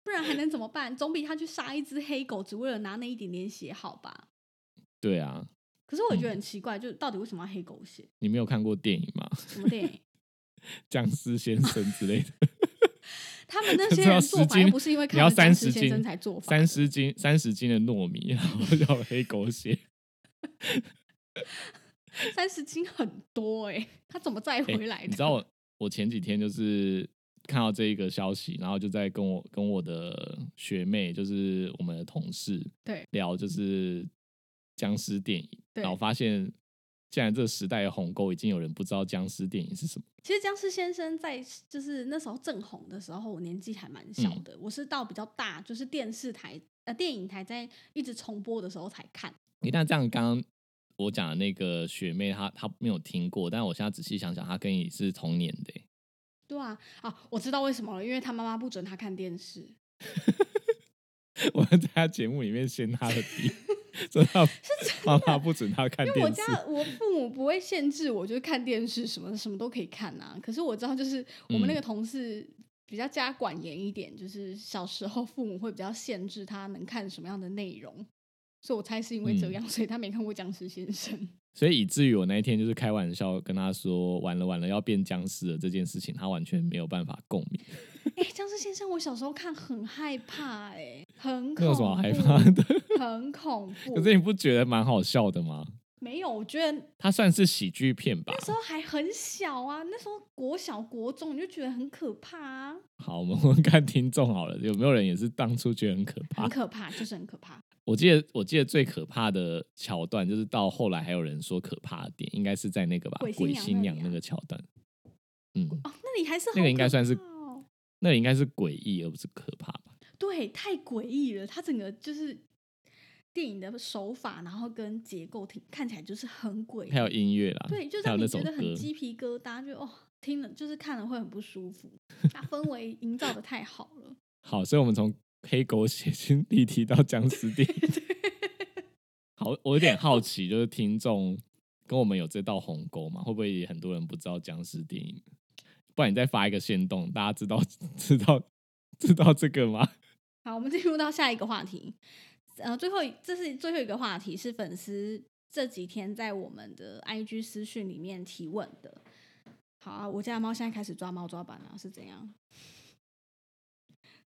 S1: 不然还能怎么办？总比他去杀一只黑狗只为了拿那一点点血好吧？
S2: 对啊，
S1: 可是我也觉得
S2: 嗯
S1: 很奇怪，就到底为什么要黑狗血？
S2: 你没有看过电影吗？
S1: 什么电影？
S2: 僵尸先生之类的，
S1: 他们 那
S2: 就
S1: 些
S2: 是要
S1: 人
S2: 十
S1: 做法又
S2: 斤
S1: 不是因为
S2: 你
S1: 看
S2: 要
S1: 了
S2: 三
S1: 僵尸
S2: 十
S1: 先
S2: 斤
S1: 生才做法的，
S2: 三十斤三十斤的糯米，然后要黑狗血，
S1: 三十斤很多哎、他怎么再
S2: 欸
S1: 回来的？
S2: 你知道我我前几天就是看到这一个消息，然后就在跟我跟我的学妹，就是我们的同事，
S1: 对
S2: 聊就是僵尸电影，
S1: 对
S2: 然后发现竟然这个时代的鸿沟已经有人不知道僵尸电影是什么。
S1: 其实僵尸先生在就是那时候正红的时候，我年纪还蛮小
S2: 嗯
S1: 的，我是到比较大，就是电视台呃电影台在一直重播的时候才看。
S2: 一旦这样，刚刚我讲的那个学妹她她没有听过，但我现在仔细想想，她跟你是同年的欸、
S1: 对啊，啊，我知道为什么了，因为他妈妈不准他看电视。
S2: 我们在她节目里面掀她的 底，说她妈妈不准她看
S1: 因为我
S2: 电视
S1: 家。我父母不会限制我，就是看电视什么的什么都可以看啊。可是我知道，就是我们那
S2: 嗯
S1: 个同事比较家管严一点，就是小时候父母会比较限制他能看什么样的内容，所以我猜是因为这
S2: 嗯
S1: 样，所以他没看过《僵尸先生》。
S2: 所以以至于我那一天就是开玩笑跟他说，完了完了要变僵尸了这件事情，他完全没有办法共鸣。
S1: 哎、僵尸先生，我小时候看很害怕、哎，很
S2: 那
S1: 恐
S2: 有
S1: 怖，
S2: 什么好害怕的？
S1: 很恐怖。
S2: 可是你不觉得蛮好笑的吗？
S1: 没有，我觉得
S2: 它算是喜剧片吧
S1: 那。时候还很小啊，那时候国小国中，你就觉得很可怕啊，
S2: 好，我们 问看听众好了，有没有人也是当初觉得很可怕
S1: 很？可怕，就是很可怕。
S2: 我记得我记得最可怕的桥段，就是到后来还有人说可怕的点，应该是在那个吧
S1: 鬼新
S2: 鬼
S1: 娘
S2: 新
S1: 那
S2: 娘
S1: 里啊
S2: 那个桥段。嗯，
S1: 哦，那你还是好
S2: 那个应该
S1: 可
S2: 算是
S1: 怕哦
S2: 那里应该是诡异而不是可怕吧？
S1: 对，太诡异了，它整个就是电影的手法，然后跟结构挺看起来就是很诡
S2: 还有
S1: 异，
S2: 音乐啦，
S1: 对，就
S2: 还有
S1: 让
S2: 那
S1: 你
S2: 首
S1: 觉得很
S2: 歌，
S1: 鸡皮疙瘩，就哦，听了就是看了会很不舒 服。它氛围营造的太好了。
S2: 好，所以我们从黑狗血腥立体到僵尸电影。好，我有点好奇，就是听众跟我们有这道鸿沟嘛？会不会也很多人不知道僵尸电影？不然你再发一个线动，大家知道知道知道这个吗？
S1: 好，我们进入到下一个话题。呃，最后一这是最后一个话题，是粉丝这几天在我们的 IG 私讯里面提问的。好啊，我家的猫现在开始抓猫抓板了，是怎样？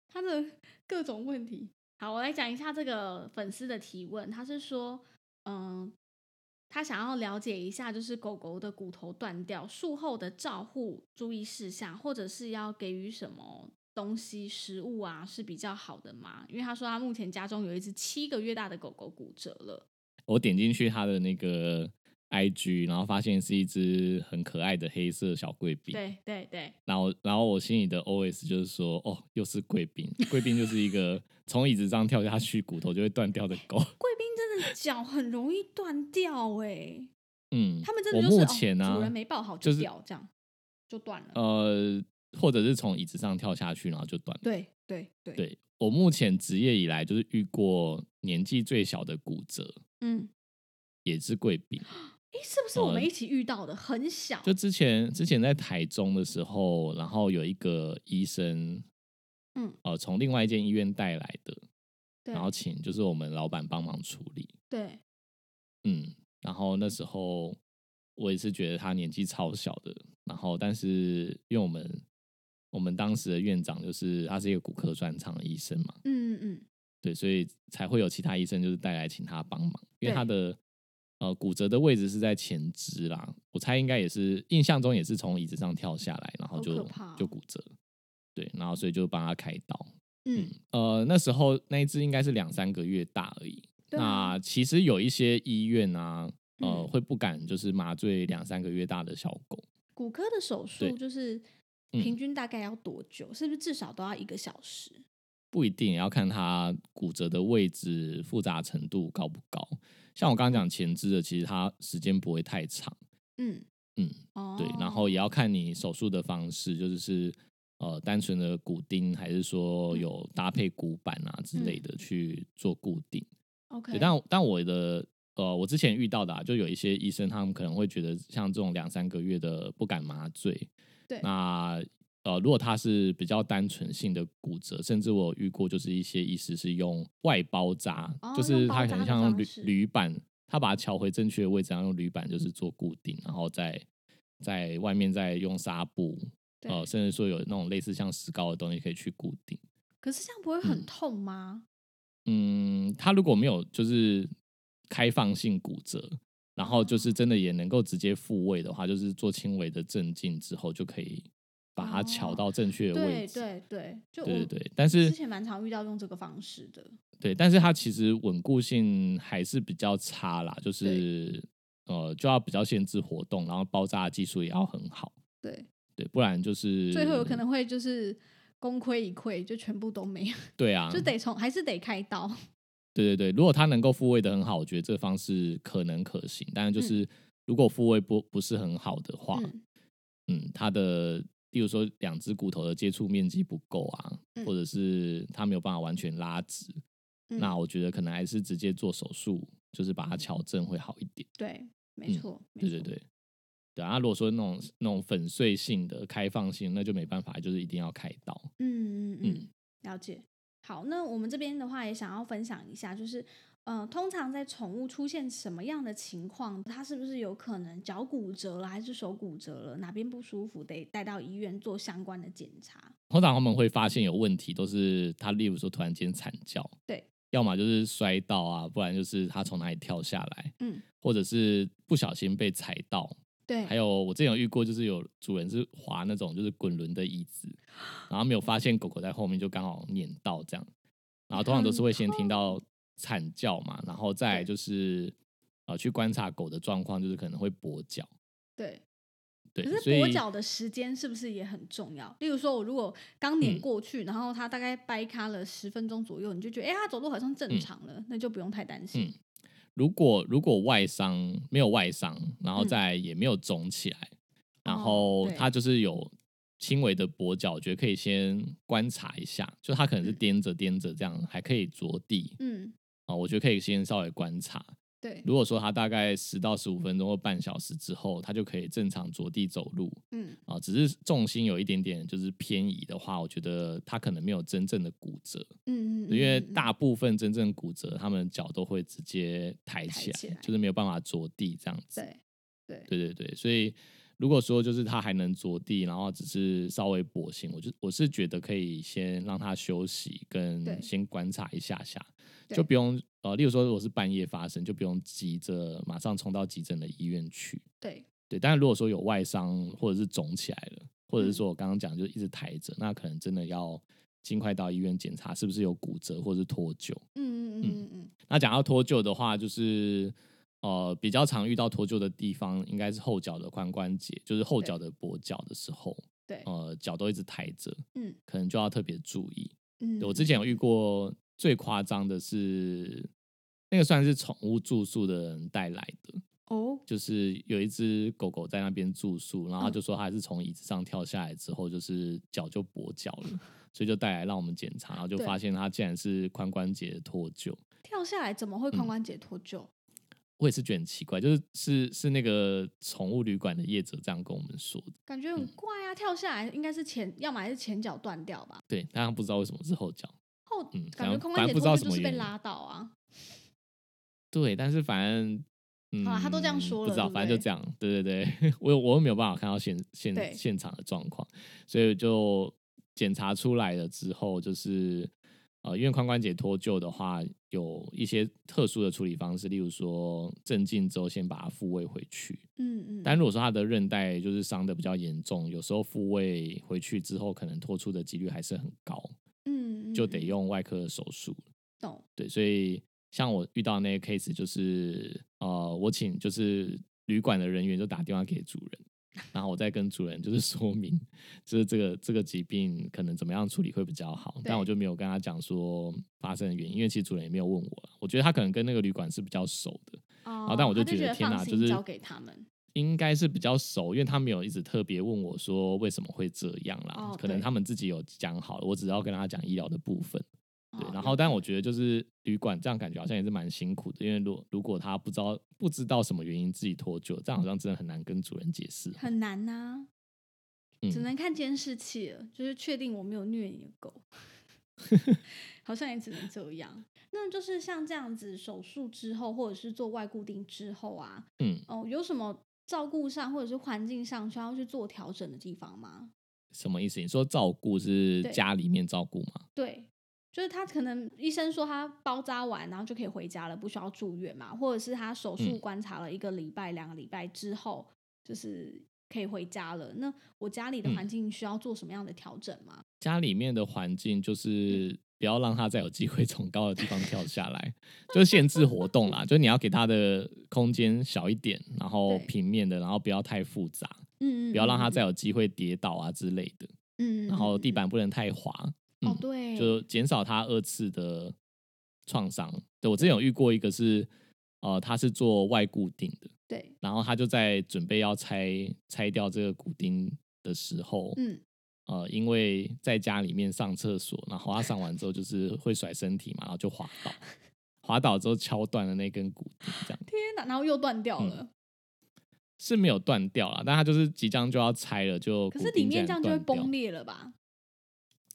S1: 它的各种问题。好，我来讲一下这个粉丝的提问。他是说，嗯，他想要了解一下，就是狗狗的骨头断掉术后的照护注意事项，或者是要给予什么东西、食物啊是比较好的吗？因为他说他目前家中有一只七个月大的狗狗骨折了。
S2: 我点进去它的那个 IG，然后发现是一只很可爱的黑色小贵宾。
S1: 对对对，
S2: 然后，然后我心里的 OS 就是说，哦，又是贵宾，贵宾就是一个从椅子上跳下去骨头就会断掉的狗。
S1: 贵宾真的脚很容易断掉哎、
S2: 嗯，
S1: 他们真的
S2: 我
S1: 就是
S2: 目前
S1: 哦、
S2: 啊
S1: 主人没抱好
S2: 就是
S1: 掉，这样就断了。
S2: 呃，或者是从椅子上跳下去，然后就断了。
S1: 对对对，
S2: 对我目前职业以来就是遇过年纪最小的骨折，
S1: 嗯，
S2: 也是贵宾。
S1: 诶，是不是我们一起遇到的？很小，
S2: 就之前之前在台中的时候，然后有一个医生，
S1: 嗯，
S2: 呃，从另外一间医院带来的，
S1: 对
S2: 然后请就是我们老板帮忙处理，
S1: 对，
S2: 嗯，然后那时候我也是觉得他年纪超小的，然后但是因为我们我们当时的院长就是他是一个骨科专长的医生嘛，
S1: 嗯嗯
S2: 对，所以才会有其他医生就是带来请他帮忙，因为他
S1: 对
S2: 的呃骨折的位置是在前肢啦，我猜应该也是印象中也是从椅子上跳下来，然后
S1: 好
S2: 就
S1: 可怕哦
S2: 就骨折，对，然后所以就帮他开刀，
S1: 嗯
S2: 呃，那时候那一只应该是两三个月大而已，
S1: 对啊
S2: 那其实有一些医院啊。呃，
S1: 嗯
S2: 会不敢就是麻醉两三个月大的小狗，
S1: 骨科的手
S2: 对
S1: 术就是
S2: 嗯
S1: 平均大概要多久？是不是至少都要一个小时？
S2: 不一定也要看它骨折的位置复杂程度高不高。像我刚刚讲前肢的，其实它时间不会太长，
S1: 嗯
S2: 嗯，
S1: 哦，
S2: 对，然后也要看你手术的方式，就是是呃单纯的骨钉，还是说
S1: 嗯
S2: 有搭配骨板啊之类
S1: 嗯
S2: 的去做固定。
S1: OK，
S2: 对，但但我的呃，我之前遇到的、啊，就有一些医生，他们可能会觉得像这种两三个月的不敢麻醉，
S1: 对
S2: 那呃，如果他是比较单纯性的骨折，甚至我有遇过，就是一些医师是用外包扎，
S1: 哦
S2: 就
S1: 用
S2: 是
S1: 包
S2: 他可
S1: 扎
S2: 能
S1: 的
S2: 像
S1: 方
S2: 铝
S1: 式嗯
S2: 铝板，他把它敲回正确的位置，然后用铝板就是做固定，然后再在外面再用纱布，
S1: 对
S2: 呃，甚至说有那种类似像石膏的东西可以去固定。
S1: 可是这样不会很痛吗？
S2: 嗯，他如果没有就是开放性骨折，然后就是真的也能够直接复位的话，就是做轻微的镇静之后就可以把它
S1: 哦
S2: 调到正确的
S1: 对
S2: 位置。
S1: 对对，就我
S2: 对对对，但是
S1: 之前蛮常遇到用这个方式的。
S2: 对，但是它其实稳固性还是比较差啦，就是呃就要比较限制活动，然后包扎的技术也要很好，
S1: 对，
S2: 对，不然就是
S1: 最后有可能会就是功亏一篑，就全部都没有，
S2: 对啊，
S1: 就得从还是得开刀。
S2: 对对对，如果它能够复位的很好，我觉得这方式可能可行，但是就是如果复位不不是很好的话。
S1: 嗯，
S2: 嗯，它的例如说两只骨头的接触面积不够啊，
S1: 嗯
S2: 或者是它没有办法完全拉直，
S1: 嗯
S2: 那我觉得可能还是直接做手术，就是把它矫正会好一点。
S1: 对，没
S2: 嗯
S1: 错，没
S2: 对对
S1: 错
S2: 对，对啊。如果说那种那种粉碎性的、开放性，那就没办法，就是一定要开刀。
S1: 嗯嗯嗯
S2: 嗯，
S1: 了解。好，那我们这边的话也想要分享一下，就是呃，通常在宠物出现什么样的情况，它是不是有可能脚骨折了，还是手骨折了，哪边不舒服，得带到医院做相关的检查？
S2: 通常他们会发现有问题，都是他例如说突然间惨叫，
S1: 对，
S2: 要么就是摔到啊，不然就是他从哪里跳下来，
S1: 嗯，
S2: 或者是不小心被踩到，
S1: 对，
S2: 还有我之前有遇过，就是有主人是滑那种就是滚轮的椅子，然后没有发现狗狗在后面就刚好碾到这样，然后通常都是会先听到惨叫嘛，然后再来就是呃去观察狗的状况，就是可能会跛脚，
S1: 对。
S2: 对
S1: 可是，
S2: 所以
S1: 跛脚的时间是不是也很重要？例如说，我如果刚撵
S2: 嗯
S1: 过去，然后它大概掰开了十分钟左右，你就觉得哎，它走路好像正
S2: 嗯
S1: 常了，那就不用太担心。
S2: 如果如果外伤没有外伤，然后
S1: 嗯
S2: 再也没有肿起来，然
S1: 哦
S2: 后
S1: 对
S2: 它就是有轻微的跛脚，我觉得可以先观察一下，就它可能是
S1: 嗯
S2: 颠着颠着这样，还可以着地
S1: 嗯，
S2: 啊、我觉得可以先稍微观察。
S1: 对，
S2: 如果说它大概十到十五分钟或半小时之后，它就可以正常着地走路
S1: 嗯，
S2: 啊、只是重心有一点点就是偏移的话，我觉得它可能没有真正的骨折，
S1: 嗯嗯，
S2: 因为
S1: 嗯嗯
S2: 大部分真正骨折，他们脚都会直接抬
S1: 抬
S2: 起来，
S1: 起来
S2: 就是没有办法着地这样子。
S1: 对对
S2: 对对对，所以如果说就是它还能着地，然后只是稍微跛行，我就我是觉得可以先让它休息，
S1: 对
S2: 跟先观察一下下，
S1: 对
S2: 就不用呃，例如说我是半夜发生，就不用急着马上冲到急诊的医院去。
S1: 对，
S2: 对，但是如果说有外伤或者是肿起来了，或
S1: 嗯
S2: 者是说我刚刚讲就一直抬着，那可能真的要尽快到医院检查是不是有骨折或是脱臼。
S1: 嗯嗯嗯嗯
S2: 那讲到脱臼的话，就是呃比较常遇到脱臼的地方，应该是后脚的髋关节，就是后脚的跛脚的时候，
S1: 对
S2: 呃脚都一直抬着，
S1: 嗯
S2: 可能就要特别注意。
S1: 嗯，
S2: 我之前有遇过最夸张的是，那个算是宠物住宿的人带来的，
S1: 哦，
S2: 就是有一只狗狗在那边住宿，然后他
S1: 嗯
S2: 就说它是从椅子上跳下来之后，就是脚就跛脚了，所以就带来让我们检查，然后就
S1: 对
S2: 发现它竟然是髋关节的脱臼。
S1: 跳下来怎么会
S2: 嗯
S1: 髋关节脱臼？
S2: 我也是觉得很奇怪，就是是是那个宠物旅馆的业者这样跟我们说的，
S1: 感觉
S2: 嗯
S1: 很怪啊！跳下来应该是前，要么还是前脚断掉吧，
S2: 对，但他不知道为什么是后脚。
S1: 后
S2: 嗯
S1: 感觉
S2: 反正
S1: 髋
S2: 反
S1: 关
S2: 正
S1: 节脱
S2: 不知道
S1: 臼
S2: 什
S1: 就
S2: 么
S1: 是被
S2: 原因
S1: 拉倒啊。
S2: 对，但是反正。嗯
S1: 好啦他都这样说
S2: 不知
S1: 了
S2: 道，
S1: 对不
S2: 反正就
S1: 对
S2: 这样。对对对， 我有我又没有办法看到现
S1: 对
S2: 现现场的状况，所以就检查出来了之后，就是呃，因为髋关节脱臼的话，有一些特殊的处理方式，例如说镇静之后先把它复位回去，
S1: 嗯嗯，
S2: 但如果说它的韧带就是伤的比较严重，有时候复位回去之后，可能脱出的几率还是很高，
S1: 嗯嗯
S2: 就得
S1: 嗯
S2: 用外科的手术。
S1: 懂
S2: 对，所以像我遇到那个 case，就是呃，我请就是旅馆的人员就打电话给主人，然后我再跟主人就是说明，就是这个这个疾病可能怎么样处理会比较好，但
S1: 对
S2: 我就没有跟他讲说发生的原因，因为其实主人也没有问我，我觉得他可能跟那个旅馆是比较熟的，
S1: 哦
S2: 啊，但我
S1: 他就
S2: 觉
S1: 觉
S2: 得
S1: 得
S2: 天
S1: 放
S2: 哪，就
S1: 心
S2: 是
S1: 交给他们，
S2: 应该是比较熟，因为他没有一直特别问我说为什么会这样啦，
S1: 哦
S2: 可能
S1: 对
S2: 他们自己有讲好了，我只要跟他讲医疗的部分。对
S1: 哦，
S2: 然后但我觉得就是旅馆这样感觉好像也是蛮辛苦的，因为如如果他不知道不知道什么原因自己脱臼，这样好像真的很难跟主人解释哦。
S1: 很难啊呐、只
S2: 嗯，
S1: 能看监视器了，就是确定我没有虐你的 狗，好像也只能这样。那就是像这样子手术之后，或者是做外固定之后啊，
S2: 嗯，
S1: 哦，有什么照顾上或者是环境上需要去做调整的地方吗？
S2: 什么意思？你说照顾是
S1: 对
S2: 家里面照顾吗？
S1: 对，就是他可能医生说他包扎完，然后就可以回家了，不需要住院嘛，或者是他手术
S2: 嗯
S1: 观察了一个礼拜、两个礼拜之后，就是可以回家了。那我家里的
S2: 嗯
S1: 环境需要做什么样的调整吗？
S2: 家里面的环境
S1: 嗯
S2: 就是不要让他再有机会从高的地方跳下来，就是限制活动啦，就是你要给他的空间小一点，然后
S1: 对
S2: 平面的，然后不要太复杂，
S1: 嗯嗯，
S2: 不要让他再
S1: 有，
S2: 有机会跌倒啊之类的，
S1: 嗯，嗯
S2: 然后地，
S1: 嗯
S2: 板不能太滑。
S1: 嗯哦
S2: 嗯，
S1: 对，
S2: 就减少他二次的创伤。对我之前有遇过一个是，呃，他是做外固定的，
S1: 对，
S2: 然后他就在准备要拆拆掉这个骨钉的时候，
S1: 嗯，
S2: 呃，因为在家里面上厕所，然后他上完之后就是会甩身体嘛，然后就滑倒，滑倒之后敲断了那根骨钉，这样
S1: 天哪，然后又断掉
S2: 嗯
S1: 了，
S2: 是没有断掉啦，但他就是即将就要拆了，就
S1: 可
S2: 骨
S1: 是里
S2: 钉
S1: 面
S2: 竟
S1: 这样
S2: 然
S1: 就会
S2: 断掉
S1: 崩裂了吧？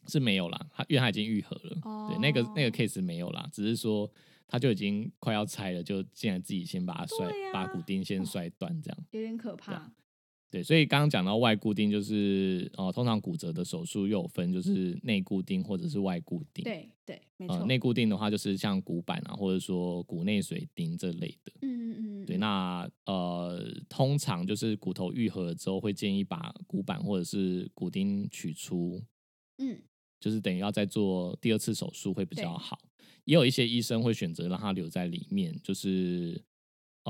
S2: 是没有啦，他因为他已经愈合了，对，那个那
S1: 哦
S2: 个 case 没有啦，只是说他就已经快要拆了，就竟然自己先把它摔，
S1: 对呀哦
S2: 把骨钉先摔断这样。
S1: 有点可怕，
S2: 对，啊所以刚刚讲到外固定，就是哦、呃通常骨折的手术又有分，就是内固定或者是外固定。，
S1: 对对，没
S2: 呃，
S1: 错，
S2: 内固定的话就是像骨板啊，或者说骨内水钉这类的。
S1: 嗯嗯嗯，
S2: 对，那呃，通常就是骨头愈合了之后，会建议把骨板或者是骨钉取出，
S1: 嗯
S2: 就是等于要再做第二次手术会比较
S1: 对
S2: 好。也有一些医生会选择让它留在里面，就是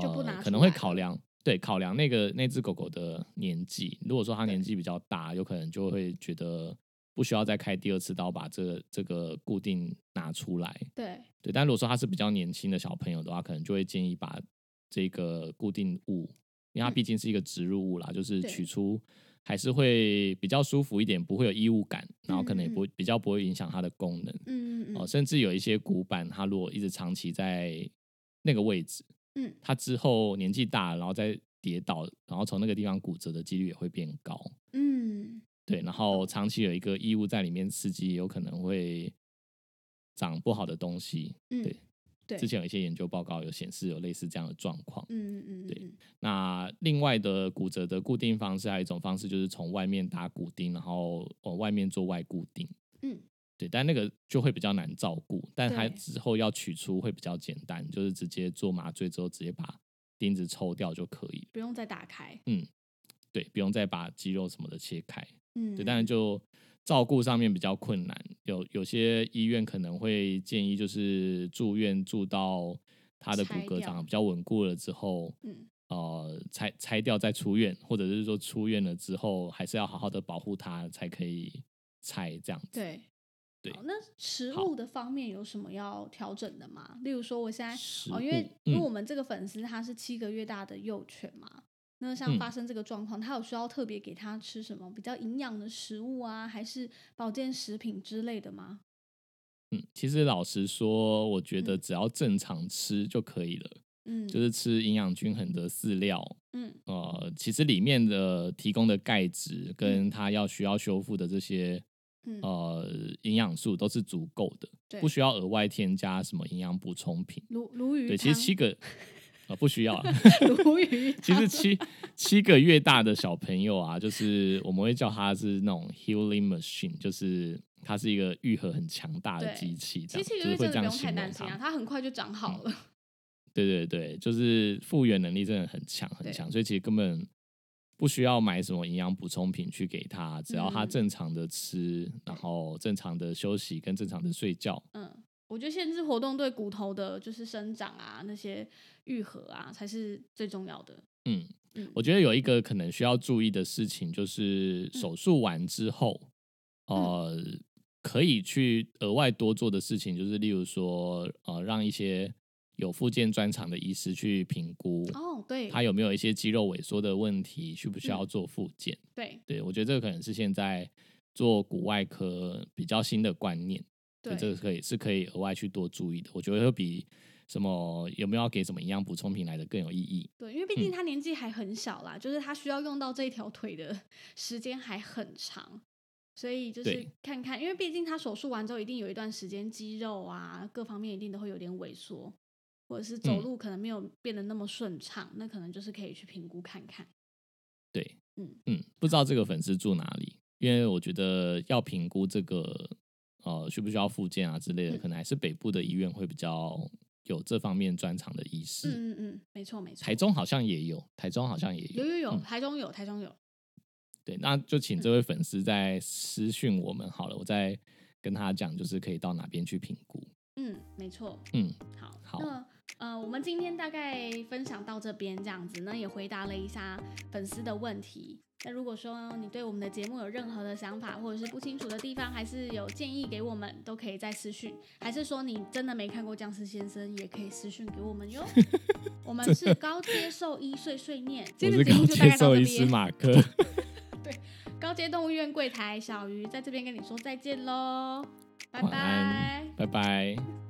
S1: 就不拿
S2: 呃
S1: 出
S2: 可能会
S1: 来
S2: 考
S1: 了
S2: 量对考量那个那只狗狗的年纪。如果说它
S1: 对
S2: 年纪比较大，有可能就会觉得不需要再开第二次刀把这个这个固定拿出来。
S1: 对，
S2: 对，但如果说他是比较年轻的小朋友的话，可能就会建议把这个固定物，因为它
S1: 嗯
S2: 毕竟是一个植入物啦，就是
S1: 对
S2: 取出还是会比较舒服一点，不会有异物感，然后可能也不会比较不会影响它的功能。
S1: 嗯嗯
S2: 哦、
S1: 嗯，
S2: 甚至有一些骨板，它如果一直长期在那个位置，
S1: 嗯
S2: 它之后年纪大了，然后再跌倒，然后从那个地方骨折的几率也会变高。
S1: 嗯，
S2: 对，然后长期有一个异物在里面刺激，有可能会长不好的东西。
S1: 嗯
S2: 对，
S1: 对
S2: 之前有一些研究报告有显示有类似这样的状况。
S1: 嗯嗯嗯，
S2: 对
S1: 嗯
S2: 那另外的骨折的固定方式，还有一种方式就是从外面打骨钉，然后往外面做外固定。
S1: 嗯，
S2: 对，但那个就会比较难照顾，但它
S1: 对
S2: 之后要取出会比较简单，就是直接做麻醉之后直接把钉子抽掉就可以了。
S1: 不用再打开，
S2: 对，不用再把肌肉什么的切开。
S1: 嗯，
S2: 对，当然就照顾上面比较困难，有有些医院可能会建议就是住院住到他的骨
S1: 拆
S2: 骼
S1: 掉
S2: 长得比较稳固了之后，
S1: 嗯，
S2: 呃，拆拆掉再出院，或者是说出院了之后还是要好好的保护它才可以拆这样子。
S1: 对。
S2: 对
S1: 好，那食
S2: 好
S1: 物的方面有什么要调整的吗？例如说，我现在
S2: 食
S1: 哦，因
S2: 物
S1: 为、因为
S2: 嗯
S1: 我们这个粉丝他是七个月大的幼犬嘛，那像
S2: 嗯
S1: 发生这个状况，他有需要特别给他吃什么比较营养的食物啊，还是保健食品之类的吗？
S2: 嗯，其实老实说，我觉得
S1: 嗯
S2: 只要正常吃就可以了，
S1: 嗯，
S2: 就是吃营养均衡的饲料。
S1: 嗯
S2: 呃，其实里面的提供的钙质跟它要需要修复的这些
S1: 嗯，
S2: 呃营养素都是足够的，
S1: 对，
S2: 不需要额外添加什么营养补充品。
S1: 鲈鲈鱼
S2: 对，其实
S1: 汤
S2: 七个呃不需要啊，
S1: 鲈 鱼
S2: 其
S1: 汤
S2: 实七七个月大的小朋友啊，就是我们会叫它是那种 healing machine，就是它是一个愈合很强大的
S1: 对
S2: 机器，这
S1: 其实
S2: 样
S1: 七个
S2: 就是
S1: 月
S2: 会
S1: 真的
S2: 这
S1: 不
S2: 样
S1: 用太
S2: 形容
S1: 担心啊，
S2: 它。嗯
S1: 它很快就长好了。
S2: 对对对，就是复原能力真的很强很
S1: 对
S2: 强，所以其实根本不需要买什么营养补充品去给它，只要它
S1: 嗯
S2: 正常的吃，然后正常的休息跟正常的睡觉，
S1: 嗯，我觉得限制活动对骨头的就是生长啊，那些愈合啊，才是最重要的。
S2: 嗯，
S1: 嗯，
S2: 我觉得有一个可能需要注意的事情，就是
S1: 嗯
S2: 手术完之后，呃，可以去额外多做的事情，就是例如说，呃，让一些有附件专长的医师去评估，
S1: 哦，对
S2: 他有没有一些肌肉萎缩的问题，需不需要
S1: 嗯
S2: 做附件？
S1: 对
S2: 对我觉得这个可能是现在做骨外科比较新的观念，所以这
S1: 对
S2: 个可以是可以额外去多注意的。我觉得会比什么有没有要给什么营养补充品来的更有意义。
S1: 对，因为毕竟他年纪还很小啦，就是他需要用到这一条腿的 时间还很长。所以就是
S2: 对
S1: 看看，因为毕竟他手术完之后，一定有一段时间肌肉啊各方面一定都会有点萎缩，或者是走
S2: 嗯
S1: 路可能没有变得那么顺畅，那可能就是可以去评估看看。
S2: 对，
S1: 嗯
S2: 嗯，不知道这个粉丝住哪里，因为我觉得要评估这个呃需不需要复健啊之类的，
S1: 嗯
S2: 可能还是北部的医院会比较有这方面专长的医师。
S1: 嗯嗯嗯，没错没错。
S2: 台中好像也有，台中好像也有。
S1: 有有有，
S2: 嗯
S1: 台中有台中有。
S2: 对，那就请这位粉丝再私讯我们好了，我再跟他讲，就是可以到哪边去评估。
S1: 嗯，没错。
S2: 嗯，
S1: 好，
S2: 好
S1: 那呃，我们今天大概分享到这边这样子呢，也回答了一下粉丝的问题。那如果说你对我们的节目有任何的想法，或者是不清楚的地方，还是有建议给我们，都可以再私讯。还是说你真的没看过《僵尸先生》，也可以私讯给我们 哟。我们是高阶兽医碎碎念，今
S2: 我
S1: 天的节目
S2: 是高
S1: 就大
S2: 阶
S1: 概到
S2: 兽
S1: 这
S2: 医师
S1: 边。
S2: 马克，
S1: 高阶动物医院柜台小鱼在这边跟你说再见喽，拜
S2: 晚安
S1: 拜。，
S2: 拜拜。